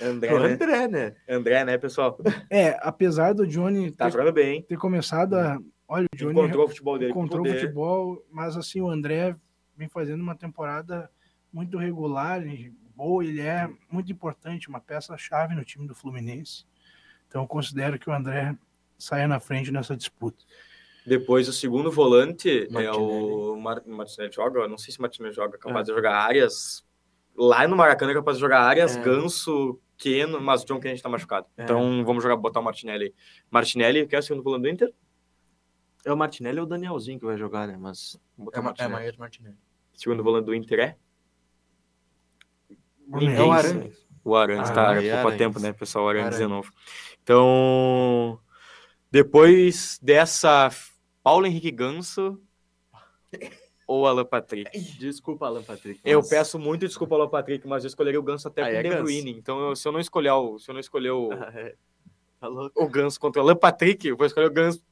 B: André,
C: <laughs> É o André, né?
B: André, né, pessoal?
D: É, apesar do Johnny
B: Tá
D: ter,
B: jogando bem, hein?
D: ter começado a.
C: Hum.
D: Olha, o Johnny
B: Encontrou o futebol dele.
D: encontrou o
B: poder.
D: futebol, mas assim, o André vem fazendo uma temporada muito regular e boa, ele é muito importante, uma peça-chave no time do Fluminense. Então eu considero que o André saia na frente nessa disputa.
B: Depois, o segundo volante é
E: Martinelli.
B: o Mar- Martinelli joga. Eu Não sei se Martinelli joga, é capaz
C: É.
B: de jogar áreas. Lá no Maracanã é capaz de jogar áreas,
C: É.
B: ganso, Keno, mas o John Kennedy tá machucado.
C: É.
B: Então vamos jogar, botar o Martinelli. Martinelli, que é o segundo volante do Inter?
C: É o Martinelli ou o Danielzinho que vai jogar, né? Mas
B: Vou botar
E: É,
B: o
E: Ma- é
B: Martinelli.
E: Maías Martinelli.
B: Segundo volante do Inter é
E: É o
B: Sim.
E: Aranha.
B: o Arantes,
C: Ah,
B: tá?
C: aí é
B: Pouco
C: Arantes.
B: tempo, né, pessoal? Arantes de
E: Arantes.
B: novo. Então, depois dessa, Paulo Henrique Ganso ou Alan Patrick?
C: Desculpa, Alan Patrick.
B: Eu
C: mas-
B: peço muito desculpa ao Alan Patrick, mas eu escolheria o Ganso até
C: Aí
B: com o
C: é
B: De
C: Ganso.
B: Bruyne. Então, eu- se eu não escolher o, se eu não escolher o,
C: <laughs> É, Tá louco?
B: o Ganso contra o Alan Patrick, eu vou escolher o Ganso.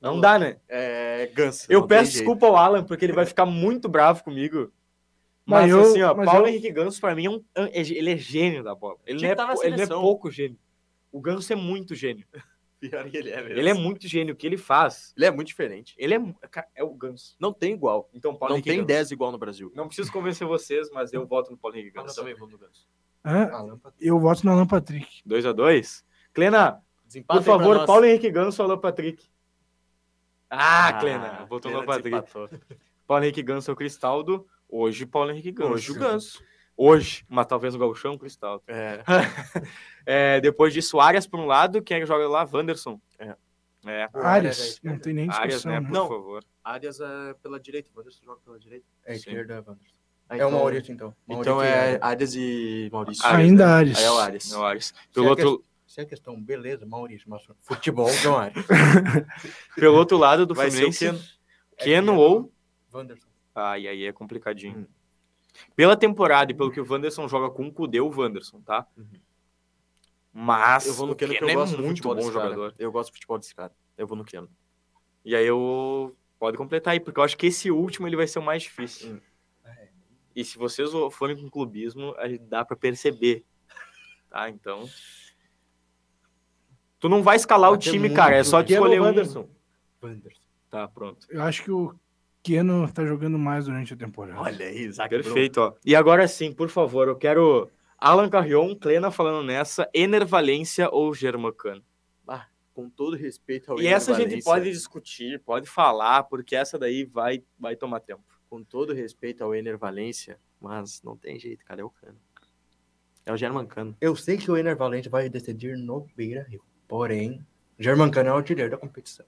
B: Não
C: Alô.
B: dá, né?
C: É, Ganso.
B: Eu
C: não tem
B: peço
C: jeito.
B: desculpa ao Alan, porque ele vai ficar muito bravo comigo.
D: <laughs> Mas
B: Mas,
D: eu-
B: assim, ó,
D: mas
B: Paulo
D: eu-
B: Henrique Ganso, pra mim, é um, é- ele é gênio da bola. Ele não
C: Tinha
B: é,
C: que tá na
B: pou- ele não é
C: seleção.
B: pouco gênio. O Ganso é muito gênio.
C: Pior que ele é mesmo.
B: Ele é muito gênio. O que ele faz,
C: Ele é muito diferente.
B: ele é, mu- cara, é o Ganso.
C: Não tem igual.
B: Então, Paulo
C: não
B: Henrique
C: tem
B: Ganso.
C: 10 igual no Brasil.
B: Não preciso convencer vocês, mas eu voto no Paulo Henrique Ganso.
F: também vou no Ganso.
D: Hã?
E: Alan Patrick.
D: Eu voto na Alan Patrick.
B: 2 a 2 Clena,
F: Desempate
B: por
F: aí pra
B: favor,
F: nós.
B: Paulo Henrique Ganso ou Alan Patrick? Ah, Clena, votou no
F: Helena
B: Alan Patrick.
F: desempatou.
B: Paulo Henrique Ganso ou Cristaldo? Hoje, Paulo Henrique Ganso.
C: Hoje o Ganso.
B: Hoje, mas talvez o Galchão Cristaldo.
C: É.
B: É, depois disso, Arias por um lado, quem é que joga lá? Wanderson.
C: É.
B: É,
E: O
D: Arias, não tem nem
B: Arias,
D: discussão.
B: né?
D: né?
B: Por
C: Não.
B: favor.
F: Áreas é pela direita, o Wanderson joga pela direita.
E: É
B: Sim.
E: esquerda, Wanderson.
C: Ah,
E: É o
C: então-
E: Maurício, então.
C: Então
E: Maurício e
C: é
E: Arias.
C: Arias e Maurício.
B: Arias,
D: Ainda Ares.
C: Aí é o Arias.
B: É o Arias.
E: Se
B: Pelo
E: é que-
B: outro,
E: Se é questão, beleza, Maurício, mas futebol não é.
B: pelo outro lado do
C: Vai ser o
B: Fluminense, Keno ou...
E: É Wanderson.
B: Ai, aí é complicadinho.
C: Hum.
B: Pela temporada e pelo que o Wanderson joga com o Kudê, o Wanderson, tá? Mas
C: Uhum. Eu vou no
B: o Keno,
C: Keno, porque eu gosto
B: é
C: do
B: muito
C: futebol
B: bom
C: desse cara.
B: jogador.
C: Eu gosto do futebol desse cara. Eu vou no Keno.
B: E aí eu... Pode completar aí, porque eu acho que esse último ele vai ser o mais
C: Hum.
B: difícil. E se vocês forem com clubismo, aí dá pra perceber. Tá, então... Tu não vai escalar o
E: Vai ter
B: time,
E: muito.
B: cara. É só
E: O
B: de
E: Keno
B: escolher
E: ou
B: um.
E: Wanderson? Wanderson.
B: Tá, pronto.
D: Eu acho que o Keno tá jogando mais durante a temporada.
C: Olha aí, Isaac.
B: Perfeito, ó. E agora sim, por favor, eu quero Alan Carrion, Clena falando nessa, Ener Valência ou Germacan.
C: Com todo respeito ao
B: E essa a
C: Ener
B: gente
C: Valencia,
B: pode discutir, pode falar, porque essa daí vai, vai tomar tempo.
C: Com todo respeito ao Ener Valência, mas não tem jeito, cara. É o Cano. É o German Cano.
E: Eu sei que o Ener Valente vai decidir no Beira Rio. Porém, Germancano é o artilheiro da competição.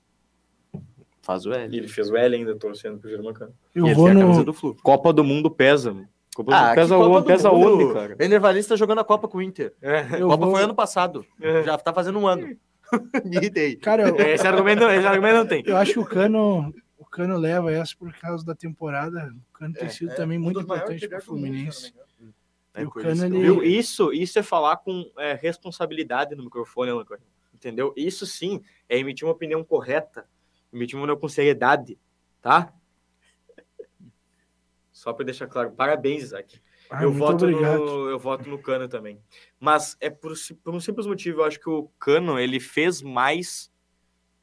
C: Faz o L.
B: ele fez o L ainda torcendo pro Germacan.
D: Eu
C: E ele
D: vou
C: tem a
D: no.
C: camisa do Flu.
B: Copa do Mundo pesa. mano. Copa do
C: Ah,
B: Mundo
C: que
B: pesa
C: Copa
B: o
C: do
B: pesa
C: Mundo?
B: onde, cara?
C: Ener Valência tá jogando a Copa com o Inter.
D: Eu
C: Copa
D: vou-
C: foi ano passado.
B: É.
C: Já tá fazendo
B: <laughs>
C: um ano. <laughs> Me dei.
D: Cara, eu,
B: Esse argumento, não- esse argumento não tem.
D: eu acho que o Cano, o Cano leva essa por causa da temporada. O Cano tem sido também
E: um
D: muito
E: dos maiores
D: importante pro
E: artilheiros do mundo, se eu
D: Fluminense.
E: não me engano.
D: E o
C: É por
D: Cano,
C: isso que eu-
D: ele-
B: Viu? Isso, isso é falar com é, responsabilidade no microfone, Alan Correia. Entendeu? Isso sim é emitir uma opinião correta, emitir uma opinião com seriedade, tá? Só para deixar claro, parabéns, Isaac.
D: Ah,
B: eu,
D: muito
B: voto
D: obrigado.
B: no, eu voto no Cano também. Mas é por, si- por um simples motivo, eu acho que o Cano ele fez mais,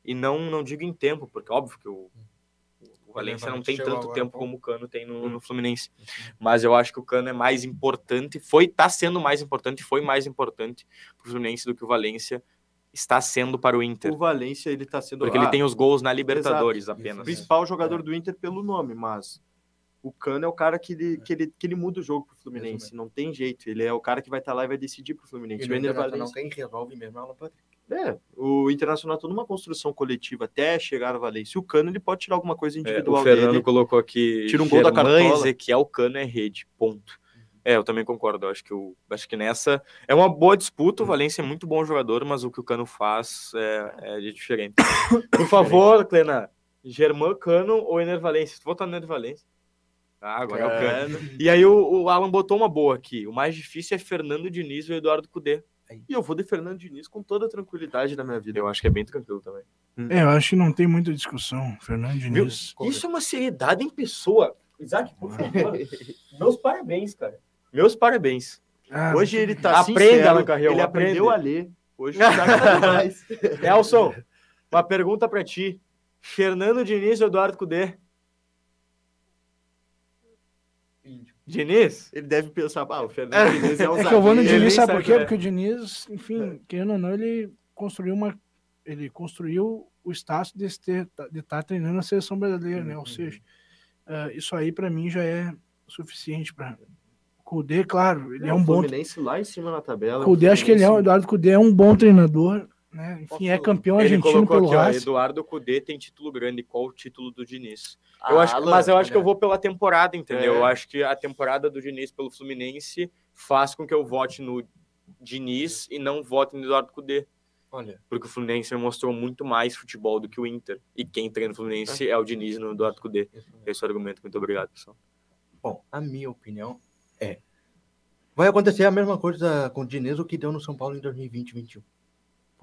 B: e não, não digo em tempo, porque é óbvio que o, o Valência não tem
E: Chegou
B: tanto
E: agora há
B: tempo
E: pouco. Uhum.
B: como o Cano tem no, no Fluminense. Mas eu acho que o Cano é mais importante, foi, tá sendo mais importante, foi mais importante pro Fluminense do que o Valência está sendo para o Inter.
C: O Valência, ele tá sendo.
B: Porque ele
C: Ah,
B: tem os gols na Libertadores
E: exato.
B: apenas.
E: Isso.
C: principal jogador
D: É.
C: do Inter pelo nome, mas o Cano é o cara que ele, que ele, que ele muda o jogo pro
E: Isso
C: Fluminense. Não tem jeito. Ele é o cara que vai estar lá e vai decidir pro Fluminense.
E: E
C: O
E: no
C: Ener
E: Internacional,
C: Valencia.
E: quem resolve mesmo é o Alan Patrick.
C: É, o Internacional é toda uma construção coletiva até chegar a Valência. O Cano ele pode tirar alguma
D: É,
C: coisa individual
B: É, o Fernando
C: dele.
B: colocou aqui.
C: Tira um gol da
B: Germán,
C: cartola.
B: Ezequiel Cano é rede. Ponto. É, eu também concordo. eu acho que o, acho que nessa é uma boa disputa. O Valência é muito bom jogador, mas o que o Cano faz é, é de diferente. <coughs> Por favor, Clena, Germán Cano ou Ener Valência? Tu vota no Ener Valência? Ah, agora é o Cano. E aí o, o Alan botou uma boa aqui. O mais difícil é Fernando Diniz e o Eduardo Cudê.
C: E eu vou de Fernando Diniz com toda a tranquilidade da minha vida.
B: Eu acho que é bem tranquilo também.
D: É, eu acho que não tem muita discussão. Fernando
B: Viu?
D: Diniz.
B: Isso é uma seriedade em pessoa. Isaac, por favor. Meus parabéns, cara. Meus parabéns.
D: Ah,
C: Hoje ele tá
B: Aprenda,
C: sincero,
B: Alan Carrião,
C: ele aprendeu a
B: aprenda.
C: ler.
B: <laughs>
C: Hoje o
D: <laughs>
C: cara tá demais.
B: Nelson, uma pergunta pra ti. Fernando Diniz ou Eduardo Cudê? Diniz?
C: Ele deve pensar, ah, o Fernando Diniz é um
D: É que eu vou no
C: zagueiro.
B: nem
D: Diniz, sabe por
B: sabe
D: quê?
B: quem é.
D: Porque o Diniz, enfim, querendo ou não, ele construiu uma. Ele construiu o status de ter- de estar treinando a seleção brasileira, né? Ou seja, ah, isso aí para mim já é suficiente para o Kudê, claro, ele é um
C: o
D: bom.
C: Fluminense lá em cima na tabela.
D: Kudê, acho que ele é, o
C: Fluminense-
D: Eduardo Kudê é um bom treinador. né? Enfim,
F: Posso-
D: é campeão
B: Ele
D: argentino
B: colocou
D: pelo
B: aqui, ó,
D: Racing.
B: Eduardo Cudê tem título grande, qual o título do Diniz? Eu acho, que-
F: Alan,
B: mas eu acho que eu
F: né?
B: vou pela temporada, entendeu?
F: É.
B: Eu acho que a temporada do Diniz pelo Fluminense faz com que eu vote no Diniz e não vote no Eduardo Cudê.
E: Olha,
B: Porque o Fluminense mostrou muito mais futebol do que o Inter. E quem treina o Fluminense é, o Diniz no Eduardo Cudê.
E: isso mesmo.
B: Esse é o argumento. Muito obrigado, pessoal.
E: Bom, a minha opinião é. Vai acontecer a mesma coisa com o Diniz, o que deu no São Paulo em 2020 2021.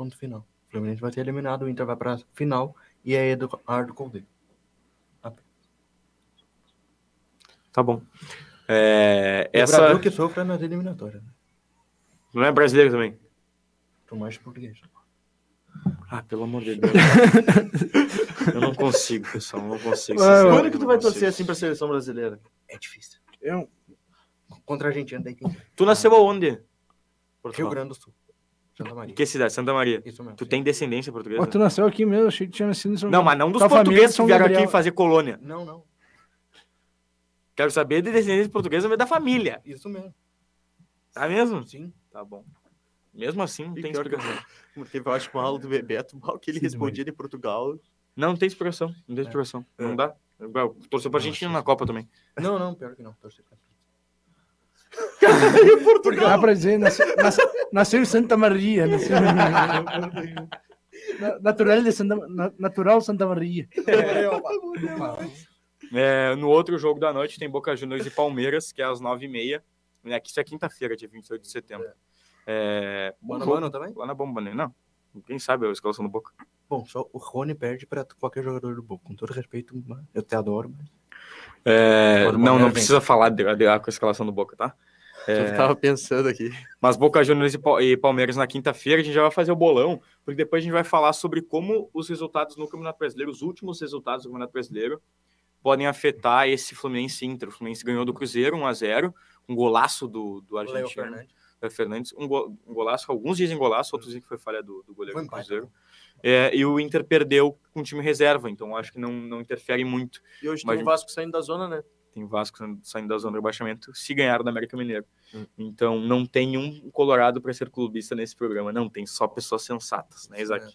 E: Ponto final. O Fluminense vai ser eliminado, o Inter vai para final e é Eduardo Colde.
B: Tá bom. É,
E: O
B: essa
E: Brasil que sofre nas eliminatórias. né?
B: não é brasileiro também.
E: Tu mais português.
B: Ah, pelo amor de Deus. eu não consigo, pessoal. eu Não consigo.
D: Ué, ué.
B: sinceramente,
C: Quando que
B: eu
C: tu
B: não
C: vai
B: consigo.
C: torcer assim pra seleção brasileira?
E: É difícil.
D: Eu-
E: Contra a Argentina tem que
B: Tu nasceu aonde?
E: Rio
B: Portugal.
E: Grande do Sul. Santa Maria.
B: Em que cidade? Santa Maria.
E: Isso mesmo.
B: Tu tem descendência portuguesa?
D: Ó, tu nasceu aqui mesmo, achei que tinha nascido em São
B: Não, mas não dos
D: Tua família é
B: portugueses que
D: São
B: vieram
D: Gabriel.
B: aqui fazer colônia.
E: Não, não.
B: Quero saber de descendência portuguesa, mas da família.
E: Isso mesmo.
B: Tá mesmo?
E: Sim.
B: Tá bom. Mesmo assim, não
C: E
B: tem
C: pior que-
B: explicação.
C: <laughs> Teve, eu acho, uma aula do Bebeto, <laughs> mal que ele
E: Sim,
C: respondia de Portugal.
B: Não, não tem explicação. Não tem explicação. Não dá. Igual, Torceu pra
E: Nossa.
B: Argentina na Copa também.
E: Não, não, pior que não. Torcer pra-
D: Dá Ah, pra dizer, nasce- nasce- nasceu em Santa Maria. Nasceu, Na- natural, de Santa, na- natural Santa Maria.
B: É, no outro jogo da noite tem Boca Juniors e Palmeiras, que é às 9h30. né, que Isso é quinta-feira, dia 28 de setembro. É, bom
E: Mano, a
B: jogo.
E: mano também?
B: Lá na bomba, né? Não. Quem sabe a escalação do Boca.
E: Bom, só o Rony perde pra qualquer jogador do Boca. Com todo respeito, mas eu te adoro, mas.
B: É,
E: Quando o
B: não,
E: Palmeiras
B: não
E: vem.
B: precisa falar de, de, com a escalação do Boca, tá?
C: Eu tava pensando aqui.
B: Mas Boca Juniors e Pal- e Palmeiras na quinta-feira, a gente já vai fazer o bolão, porque depois a gente vai falar sobre como os resultados no Campeonato Brasileiro, os últimos resultados do Campeonato Brasileiro, podem afetar esse Fluminense Inter. O Fluminense ganhou do Cruzeiro 1x0, um golaço do, do
E: Léo
B: argentino
E: Fernandes.
B: Léo Fernandes, um, go- um golaço, alguns dizem golaço, outros dizem que foi falha do, do goleiro
E: Foi
B: do
E: empate,
B: Cruzeiro. É, e o Inter perdeu com o time reserva, então acho que não, não interfere muito.
F: E hoje
B: Mas-
C: um
F: tem o Vasco saindo da zona, né?
B: Tem Vasco saindo da zona de rebaixamento, se ganharam da América Mineiro.
D: Hum.
B: Então, não tem um colorado para ser clubista nesse programa, não. Tem só pessoas sensatas, né, Isaac?
D: É.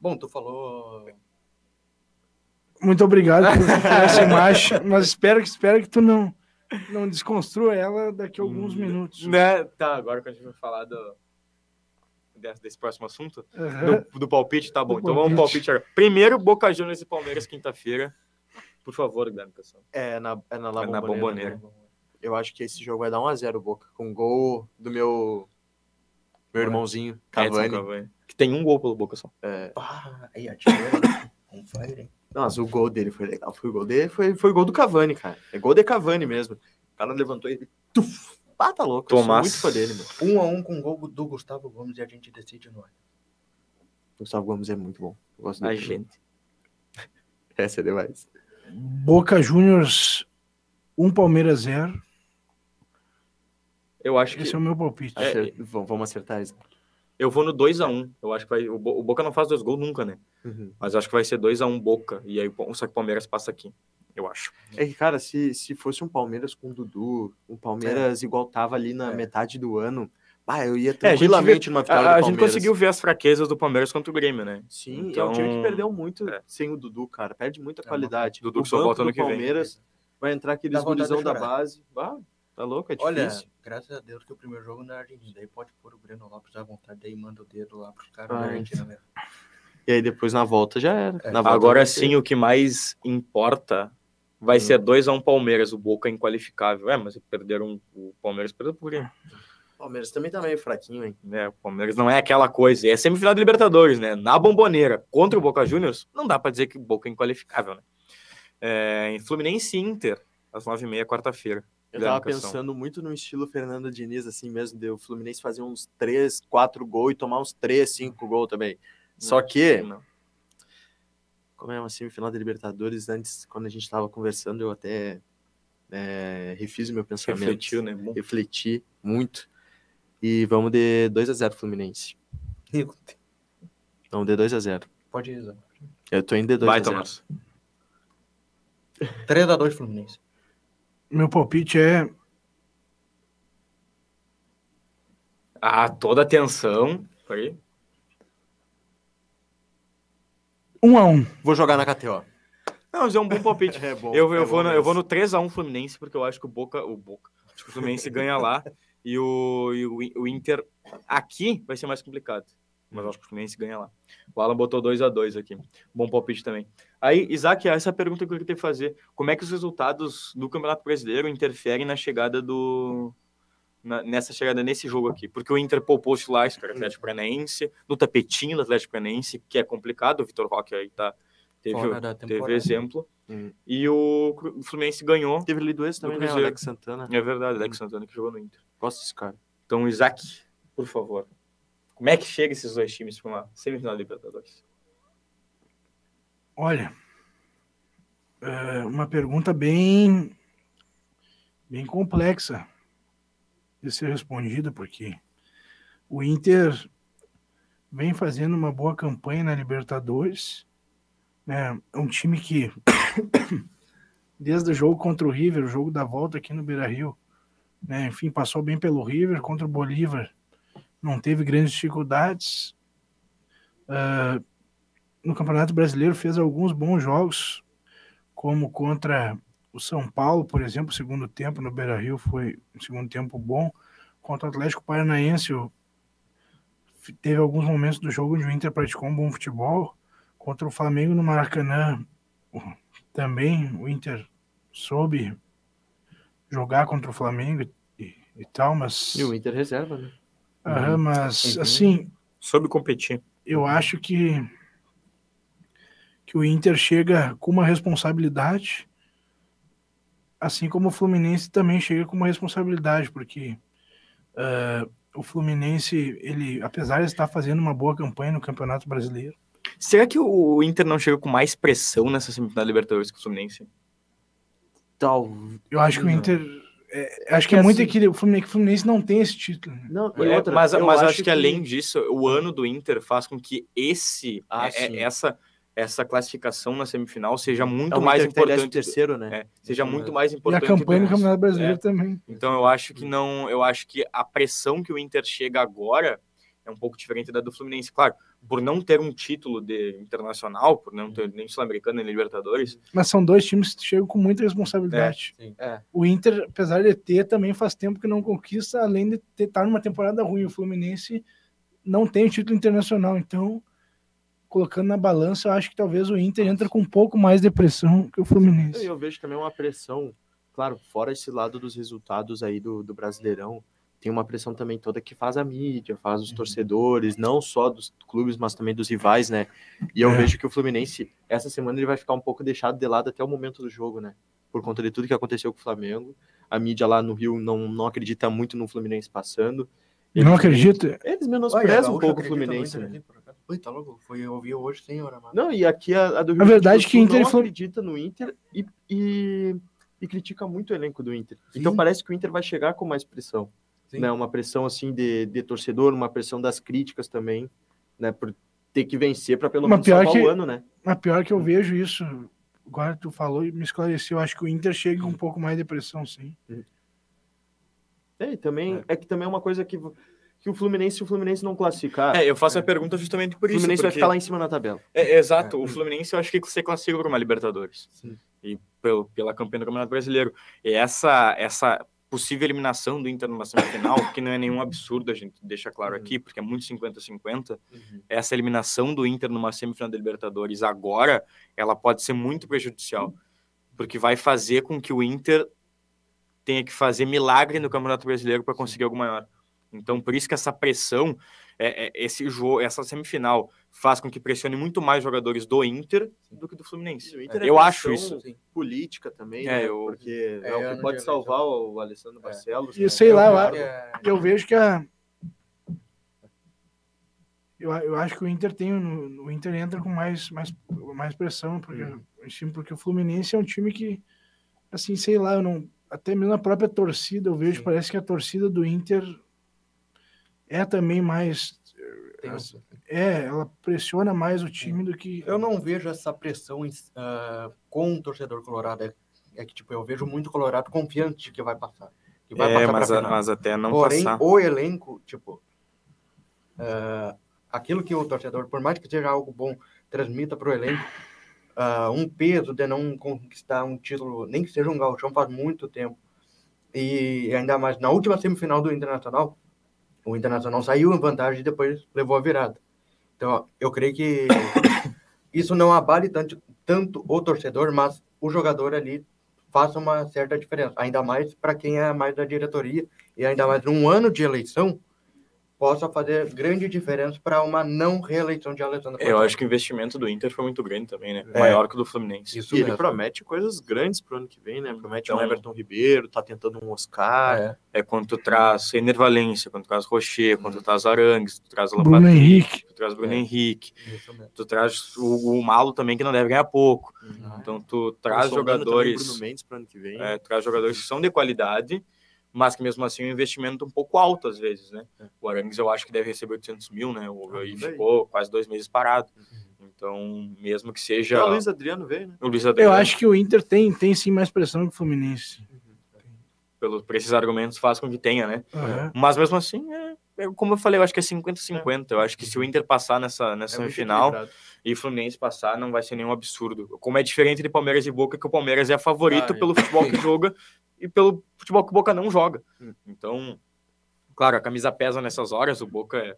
E: Bom, tu falou.
D: Muito obrigado por essa imagem, mas espero que, espero que tu não, não desconstrua ela daqui a alguns
B: Hum,
D: minutos.
B: Né? Tá, agora que a gente vai falar do- desse, desse próximo assunto,
D: Aham.
B: do, do palpite, tá bom.
D: É. Do
B: então, vamos
D: palpite.
B: palpite agora. Primeiro, Boca Juniors e Palmeiras, quinta-feira. Por favor, Guilherme Cassão.
C: É, na, é na, La
B: É na
C: Bombonera. Eu acho que esse jogo vai dar 1x0 Boca, com gol do meu meu irmãozinho,
B: Edson
C: Cavani.
B: Cavani. Que tem um gol pelo Boca só.
E: Ah, aí atirou. On fire, hein?
C: Nossa, o gol dele foi legal. Foi o gol dele, foi, foi gol do Cavani, cara. É gol de Cavani mesmo. O cara levantou e... Tuf! Ah, tá louco.
B: Tomás.
C: Eu sou muito fã dele, mano.
E: Um a um com o gol do Gustavo Gomes e a gente decide no ar.
C: Gustavo Gomes é muito bom. Eu gosto
B: A
C: dele.
B: gente.
C: <laughs> Essa é demais.
D: Boca Juniors 1, Palmeiras 0.
B: Eu acho que
D: Esse é o meu palpite.
B: É.
C: Acer- vamos vamos acertar isso.
B: eu vou no 2x1. Eu acho que vai... o Bo- o Boca não faz dois gols nunca, né? Mas eu acho que vai ser 2x1 Boca. E aí, o- só que o Palmeiras passa aqui, eu acho.
C: É que, cara, se, se fosse um Palmeiras com o Dudu, um Palmeiras igual tava ali na
E: É.
C: metade do ano, bah, eu
B: É, a
C: ia
B: gente
C: tranquilamente numa
B: A,
C: vitória
B: a
C: do
B: gente
C: Palmeiras.
B: conseguiu ver as fraquezas do Palmeiras contra o Grêmio, né?
C: Sim, é
B: Então-
C: um time que perdeu muito
B: É.
C: sem o Dudu, cara. Perde muita
E: É uma
C: qualidade.
B: pena. Dudu
C: o
B: que só
C: banco
B: volta ano
C: do
B: que vem.
C: Palmeiras vai entrar aqueles
E: Dá vontade de
C: gurizão da
E: chorar.
C: base. Bah, tá louco, é
E: Olha,
C: difícil.
E: graças a Deus que o primeiro jogo na Argentina. Daí pode pôr o Breno Lopes à vontade, daí manda o dedo lá pros caras da
C: Ai.
E: Argentina mesmo.
C: E aí depois na volta já era.
E: É.
C: Na volta
B: Agora
C: vai ser-
B: sim, o que mais importa vai ser 2x1 Palmeiras. O Boca é inqualificável. É, mas perderam. O Palmeiras perdeu pro Grêmio.
C: O Palmeiras também tá meio fraquinho, hein?
B: Né? O Palmeiras não é aquela coisa. E É semifinal de Libertadores, né? Na bomboneira contra o Boca Juniors, não dá pra dizer que o Boca é inqualificável, né? É, em Fluminense e Inter, às 9h30, quarta-feira.
C: Eu
B: Guilherme
C: tava
B: Cação.
C: pensando muito no estilo Fernando Diniz, assim mesmo, de o Fluminense fazer uns 3, 4 gols e tomar uns 3, 5 gols também. Só que,
B: Não.
C: como é uma semifinal da Libertadores, antes, quando a gente tava conversando, eu até é, refiz o meu pensamento.
B: Refletiu, né? Bom.
C: Refleti muito. E vamos de 2x0 Fluminense.
E: Rico,
C: Vamos de 2x0.
E: Pode ir, Zé.
C: Eu tô indo de
B: Vai,
C: 2x0.
B: Tomás.
E: 3x2 Fluminense.
D: Meu palpite é
B: Ah, toda a tensão. Foi.
D: Um a um.
C: Vou jogar na KTO.
B: Não, mas é um bom palpite.
C: <laughs> É bom.
B: Eu, eu,
C: é
B: vou
C: bom
B: no, eu vou no
C: mesmo.
B: 3x1 Fluminense, porque eu acho que o Boca. O Boca. Acho que o Fluminense ganha lá. E o, e o In- o Inter aqui vai ser mais complicado. Mas eu acho que o Fluminense ganha lá. O Alan botou 2x2 aqui. Bom palpite também. Aí, Isaac, essa é a pergunta que eu queria te fazer. Como é que os resultados do Campeonato Brasileiro interferem na chegada do. na- nessa chegada nesse jogo aqui? Porque o Inter poupou os lá, para o Atlético Paranaense, no tapetinho do Atlético Paranaense, que é complicado. O Vitor Roque aí tá. Teve,
E: Fora da
B: teve
E: temporada.
B: exemplo.
C: Hum.
B: E o Cru- o Fluminense ganhou.
C: Teve lido esse também,
B: Do
C: né?
B: Cruzeiro.
C: Alex Santana.
B: É verdade,
C: Hum.
B: Alex Santana que jogou no Inter.
C: Gosto desse cara.
B: Então, Isaac, por favor. Como é que chega esses dois times para uma semifinal da Libertadores?
D: Olha, é uma pergunta bem, bem complexa de ser respondida, porque o Inter vem fazendo uma boa campanha na Libertadores. né? É um time que, <coughs> desde o jogo contra o River, o jogo da volta aqui no Beira Rio, né? enfim, passou bem pelo River, contra o Bolívar, não teve grandes dificuldades. Ah, no Campeonato Brasileiro fez alguns bons jogos, como contra o São Paulo, por exemplo, o segundo tempo no Beira Rio foi um segundo tempo bom. Contra o Atlético Paranaense, o- f- teve alguns momentos do jogo onde o Inter praticou um bom futebol. Contra o Flamengo no Maracanã, o- também o Inter soube jogar contra o Flamengo e, e tal, mas,
C: E o Inter reserva, né?
D: Aham, mas assim,
B: Soube competir.
D: eu acho que que o Inter chega com uma responsabilidade, assim como o Fluminense também chega com uma responsabilidade, porque ah, o Fluminense, ele, apesar de estar fazendo uma boa campanha no Campeonato Brasileiro,
B: Será que o o Inter não chega com mais pressão nessa semifinal da Libertadores que o Fluminense?
C: Tal.
D: eu acho que o
C: Não.
D: Inter é, acho que é
C: Porque
D: muito
C: assim-
D: equilibrado. O Fluminense, o Fluminense não tem esse título. né?
C: Não,
B: É, mas
C: eu
B: mas acho, que, além disso, o ano do Inter faz com que esse,
C: Ah,
B: é- é-
C: sim.
B: essa, essa classificação na semifinal seja muito
C: é o
B: mais
C: mais Inter importante.
B: importante.
C: terceiro, né?
B: é, seja muito
C: Verdade.
B: mais
D: E a
B: importante.
D: campanha
B: do
D: no
B: que-
D: Campeonato Brasileiro
B: É.
D: também.
B: Então eu acho que não, eu acho que a pressão que o Inter chega agora é um pouco diferente da do Fluminense, claro. Por não ter um título de internacional, por não ter nem sul-americano nem Libertadores, né?
D: Mas são dois times que chegam com muita responsabilidade.
E: É, sim.
C: É.
D: O Inter, apesar de ter, também faz tempo que não conquista, além de estar numa temporada ruim. O Fluminense não tem o título internacional, então, colocando na balança, eu acho que talvez o Inter entre com um pouco mais de pressão que o
C: Eu,
D: Fluminense.
C: eu vejo também uma pressão, claro, fora esse lado dos resultados aí do, do Brasileirão, tem uma pressão também toda que faz a mídia, faz
E: Uhum.
C: os torcedores, não só dos clubes, mas também dos rivais, né? E eu
D: É.
C: vejo que o Fluminense, essa semana, ele vai ficar um pouco deixado de lado até o momento do jogo, né? Por conta de tudo que aconteceu com o Flamengo. A mídia lá no Rio não, não acredita muito no Fluminense passando.
D: Eu não acredito.
C: Eles
E: Olha,
C: menosprezam
E: Gaúcho
C: um pouco o
E: acredita
C: Fluminense,
E: muito
C: né?
E: aqui, por acaso. Ui, tá louco. Foi, eu ouvi hoje sem hora, mano.
C: Não, e aqui a, a do Rio
D: A verdade
C: Grande do
D: é que
C: Sul
D: Inter e
C: não
D: Flu-
C: acredita no Inter e, e, e critica muito o elenco do Inter.
E: Sim.
C: Então parece que o Inter vai chegar com mais pressão,
E: Sim.
C: né? Uma pressão assim de, de torcedor, uma pressão das críticas também, né? Por ter que vencer para pelo
D: Mas
C: menos
D: pior
C: salvar
D: que-
C: o ano, né?
D: Mas pior que eu vejo isso, agora tu falou e me esclareceu, eu acho que o Inter chega com um pouco mais de pressão, sim.
C: É, e também é. que também é uma coisa que que o Fluminense, se o Fluminense não classificar,
B: é, eu faço a pergunta justamente
C: o
B: por isso.
C: Fluminense vai
B: porque-
C: ficar lá em cima na tabela.
B: É, é, exato, o Fluminense eu acho que você classifica para uma Libertadores.
E: Sim.
B: E pelo, pela campanha do Campeonato Brasileiro. E essa, essa possível eliminação do Inter numa semifinal, que não é nenhum
C: Uhum.
B: absurdo, a gente deixa claro aqui, porque é muito 50-50,
C: Uhum.
B: essa eliminação do Inter numa semifinal da Libertadores agora, ela pode ser muito prejudicial. Porque vai fazer com que o Inter tenha que fazer milagre no Campeonato Brasileiro para conseguir algo maior. Então, por isso que essa pressão, é, é, esse jogo, essa semifinal faz com que pressione muito mais jogadores do Inter do que do Fluminense.
C: É, O Inter
B: Eu
C: pressão
B: acho isso.
E: Sim.
C: política também,
B: É,
C: né?
B: eu-
C: Porque é,
E: É, ano
C: o
E: de
C: que pode
E: eleição.
C: salvar o Alessandro
B: É.
C: Barcelos. né?
D: E sei lá, eu
E: Eu
D: a-
E: acho que é-
D: eu vejo que a. Eu, a- eu acho que o Inter tem. um- O Inter entra com mais, mais, mais pressão, porque,
E: Uhum.
D: assim, porque o Fluminense é um time que, assim, sei lá, eu não. Até mesmo a própria torcida, eu vejo,
E: Sim.
D: parece que a torcida do Inter é também mais.
E: tem um-
D: É, ela pressiona mais o time do que.
E: Eu não vejo essa pressão em- ah, com o torcedor colorado. É, é que, tipo, eu vejo muito colorado confiante que vai passar. Que
C: É,
E: vai
B: É,
E: passar pra final.
B: até não
E: Porém, o elenco, tipo, ah, aquilo que o torcedor, por mais que seja algo bom, transmita para o elenco ah, um peso de não conquistar um título, nem que seja um gauchão, faz muito tempo. E ainda mais na última semifinal do Internacional, o Internacional saiu em vantagem e depois levou a virada. Então, ó, eu creio que <coughs> isso não abale tanto, tanto o torcedor, mas o jogador ali faça uma certa diferença. Ainda mais para quem é mais da diretoria e ainda mais num ano de eleição, possa fazer grande diferença para uma não reeleição de Alessandro
B: Eu
C: Uhum.
B: acho que o investimento do Inter foi muito grande também, né?
E: É.
B: Maior que o do Fluminense.
E: isso
C: E ele
E: mesmo.
C: promete coisas grandes pro ano que vem, né? Promete um
B: Então-
C: Everton Ribeiro, tá tentando um Oscar.
E: É.
B: É quando tu traz Ener Valência, quando tu traz Rocher, quando
C: Uhum.
B: tu traz Arangues, tu traz
D: Bruno
B: Lampard,
D: Henrique.
B: tu traz Bruno
E: É.
B: Henrique,
E: Isso mesmo.
B: tu traz o, o Malo também, que não deve ganhar pouco.
E: Uhum.
B: Então tu
C: Tá
B: traz
C: sondando também o
B: jogadores...
C: Bruno Mendes pro ano que vem.
B: É, traz jogadores que são de qualidade, mas que mesmo assim é um investimento um pouco alto às vezes, né? O Arangues eu acho que deve receber 800 mil, né? O,
C: Ah,
B: e
C: É. por aí.
B: ficou quase dois meses parado. Então, mesmo que seja
C: Já É, o Luiz Adriano veio, né?
B: o Luiz
D: Eu
B: Adriano,
D: acho que o Inter tem, tem sim mais pressão que o Fluminense.
B: pelo, por esses argumentos, faz com que tenha, né?
D: Aham.
B: Mas mesmo assim, é, é como eu falei, eu acho que é 50-50. Eu acho que se o Inter passar nessa, nessa
C: É muito
B: semifinal
C: equilibrado.
B: e o Fluminense passar, não vai ser nenhum absurdo. Como é diferente de Palmeiras e Boca, que o Palmeiras é favorito
C: Ah, é.
B: pelo futebol que joga e pelo futebol que o Boca não joga.
C: Hum.
B: Então, claro, a camisa pesa nessas horas, o Boca é,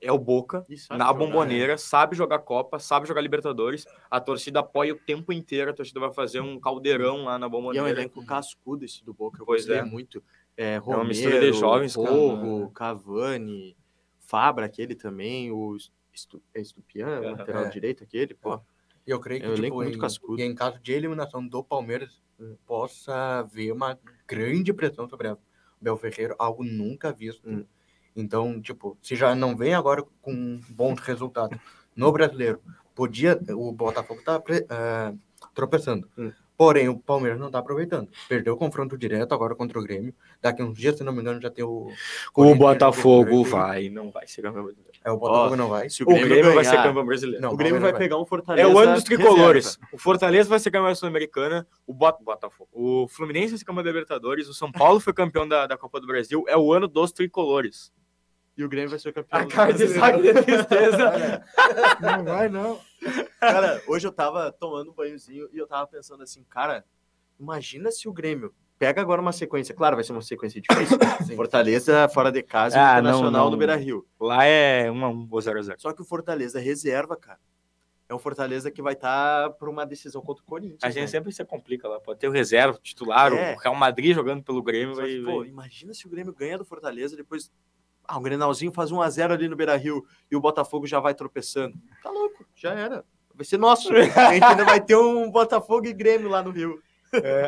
B: é o Boca.
C: E sabe
B: Na
C: jogar, né?
B: bomboneira, sabe jogar Copa, sabe jogar Libertadores, a torcida apoia o tempo inteiro, a torcida vai fazer um caldeirão lá na
C: né? E é um
B: bomboneira.
C: elenco cascudo esse do Boca. Eu
B: Pois é.
C: gostei muito. É,
B: uma
C: Romero,
B: mistura de jovens, cara. né?
C: Rogo, Cavani, Fabra, aquele também, o Estu- é Estupian,
B: Aham.
C: lateral
E: É.
C: direito aquele, pô.
E: E Eu creio que
C: É um elenco
E: tipo,
C: muito
E: em,
C: cascudo.
E: e em caso de eliminação do Palmeiras, possa haver uma grande pressão sobre ela. O Bel Ferreiro, algo nunca visto.
C: Hum.
E: Então, tipo, se já não vem agora com bons resultados no brasileiro, podia. O Botafogo tá pre- eh, tropeçando.
C: Hum.
E: Porém, o Palmeiras não tá aproveitando. Perdeu o confronto direto agora contra o Grêmio. Daqui uns dias, se não me engano, já tem o.
B: O
E: Corinthians,
B: Botafogo
E: Corinthians.
B: vai, não vai ser campeão brasileiro.
E: É, o Botafogo
C: Ó,
E: não
C: <laughs>
E: vai.
C: Se
B: O Grêmio vai ser
C: ganhar-
B: campeão brasileiro.
E: Não,
C: O Grêmio vai
E: Palmeiras
C: pegar um Fortaleza.
B: É o ano dos tricolores.
C: reserva.
B: O Fortaleza vai ser campeão da Sul-Americana, o Bot- Botafogo. O Fluminense vai ser campeão da Libertadores, o São Paulo foi campeão da, da Copa do Brasil. É o ano dos tricolores.
C: E o Grêmio vai ser campeão. do Brasileiro.
B: Isaac de
E: <laughs>
B: tristeza.
D: Não vai, não.
C: Cara, hoje eu tava tomando um banhozinho e eu tava pensando assim, cara, imagina se o Grêmio pega agora uma sequência. Claro, vai ser uma sequência difícil.
B: <coughs>
C: Fortaleza fora de casa e
B: Ah, não,
C: Internacional
B: não.
C: no Beira-Rio.
B: Lá é 1 a 1 ou 0 a 0
C: Só que o Fortaleza reserva, cara. É um Fortaleza que vai estar tá pra uma decisão contra o Corinthians.
B: A gente
C: né?
B: sempre se complica lá. Pode ter o reserva, o titular,
C: É.
B: o Real Madrid jogando pelo Grêmio.
C: Só
B: Vai,
C: que, pô,
B: vai-
C: imagina se o Grêmio ganha do Fortaleza depois... Ah, o Grenalzinho faz 1x0 ali no Beira-Rio e o Botafogo já vai tropeçando. Tá louco, já era. Vai ser nosso. A gente ainda vai ter um Botafogo e Grêmio lá no Rio.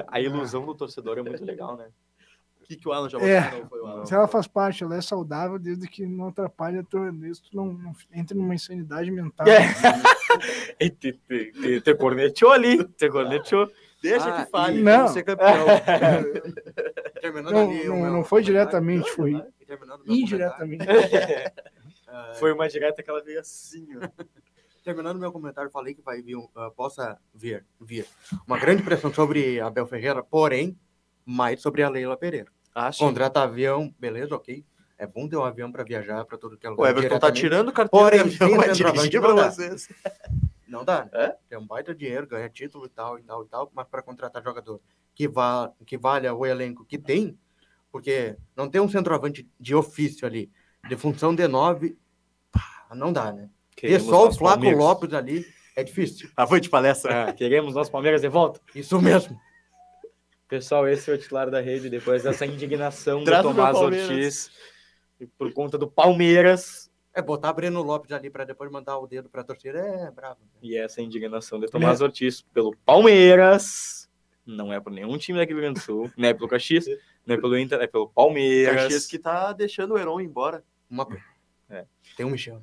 B: A ilusão do torcedor é muito legal, né?
C: O que, que o Alan já
D: É.
C: Não, foi o Alan.
D: Se ela faz parte, ela é saudável desde que não atrapalha a tua. Desde que tu não, não entre numa insanidade mental.
B: É. <laughs> E te, te, te, te corneteou ali. Te corneteou.
C: Deixa
E: Ah,
C: que fale,
D: e-
C: não.
D: Não.
C: ser campeão.
E: Então,
D: <laughs>
E: Terminando
D: Não,
E: ali o
D: não,
E: meu
D: não foi
E: comentário,
D: diretamente, foi
E: e terminando o meu comentário,
D: indiretamente.
E: ah,
B: Foi uma direta que ela veio assim, ó.
E: Terminando meu comentário, falei que vai vir, um- ah, possa vir, vir uma grande pressão sobre Abel Ferreira, porém, mais sobre a Leila Pereira.
B: Ah,
C: Acho.
E: Contrata avião, beleza, ok. É bom ter um avião para viajar para todo que é
C: O Everton tá
E: diretamente.
C: tirando o cartão
E: Porém,
D: então,
C: do avião,
E: tem
C: vai
E: centroavante
C: dirigir
E: pra
C: pra
E: dar.
C: vocês.
E: Não dá, né?
C: É?
E: Tem um baita dinheiro, ganha título e tal, e tal, e tal, mas para contratar jogador que, vá, que valha o elenco que tem, porque não tem um centroavante de ofício ali, de função de nove, pá, não dá, né? E
B: É
E: só o Flávio Lopes ali é difícil.
C: Avante palestra.
B: Ah, queremos nosso Palmeiras de volta.
E: Isso <laughs> mesmo.
B: Pessoal, esse é o titular da rede depois dessa indignação do
C: Traz o meu
B: Tomás
C: Palmeiras.
B: Ortiz e por conta do Palmeiras
E: É botar Breno Lopes ali para depois mandar o dedo para torcida. É bravo.
B: e essa indignação de
C: Né?
B: Tomás Ortiz pelo Palmeiras. Não é por nenhum time daqui do Rio Grande do Sul, não é pelo Caxias, não é pelo Inter, é pelo Palmeiras.
C: Caxias que tá deixando o Heron embora.
E: Uma pena.
B: É.
E: Tem um Michel.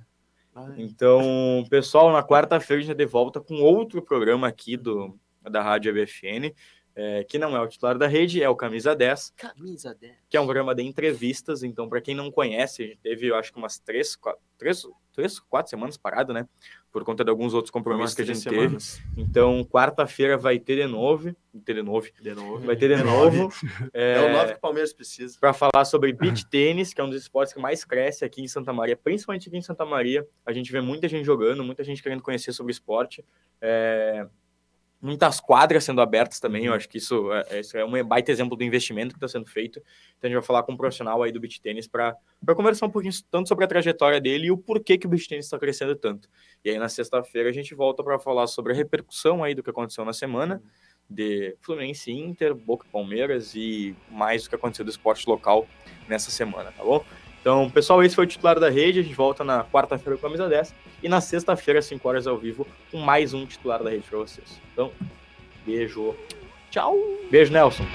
E: né?
B: Então, pessoal, na quarta-feira a gente é de volta com outro programa aqui do, da Rádio EBFN. é, que não é o titular da rede, é o Camisa 10,
F: Camisa 10.
B: que é um programa de entrevistas. Então, para quem não conhece, a gente teve, eu acho que umas três, quatro, três, três, quatro semanas parado, né? Por conta de alguns outros compromissos que a gente teve. Então, quarta-feira vai ter de novo. Ter de novo.
F: De
C: Uhum.
F: novo.
B: Vai ter de novo.
F: É, o 9 que o Palmeiras precisa.
B: para falar sobre beach tênis, que é um dos esportes que mais cresce aqui em Santa Maria, principalmente aqui em Santa Maria. A gente vê muita gente jogando, muita gente querendo conhecer sobre esporte. É, Muitas quadras sendo abertas também, eu acho que isso é, isso é um baita exemplo do investimento que está sendo feito. Então a gente vai falar com um profissional aí do beach tênis para conversar um pouquinho tanto sobre a trajetória dele e o porquê que o beach tênis está crescendo tanto. E aí na sexta-feira a gente volta para falar sobre a repercussão aí do que aconteceu na semana de Fluminense e Inter, Boca e Palmeiras e mais o que aconteceu do esporte local nessa semana, tá bom? Então, pessoal, esse foi o titular da rede. A gente volta na quarta-feira com a camisa 10 e na sexta-feira, às 5 horas ao vivo, com mais um titular da rede pra vocês. Então, beijo. Tchau. Beijo, Nelson.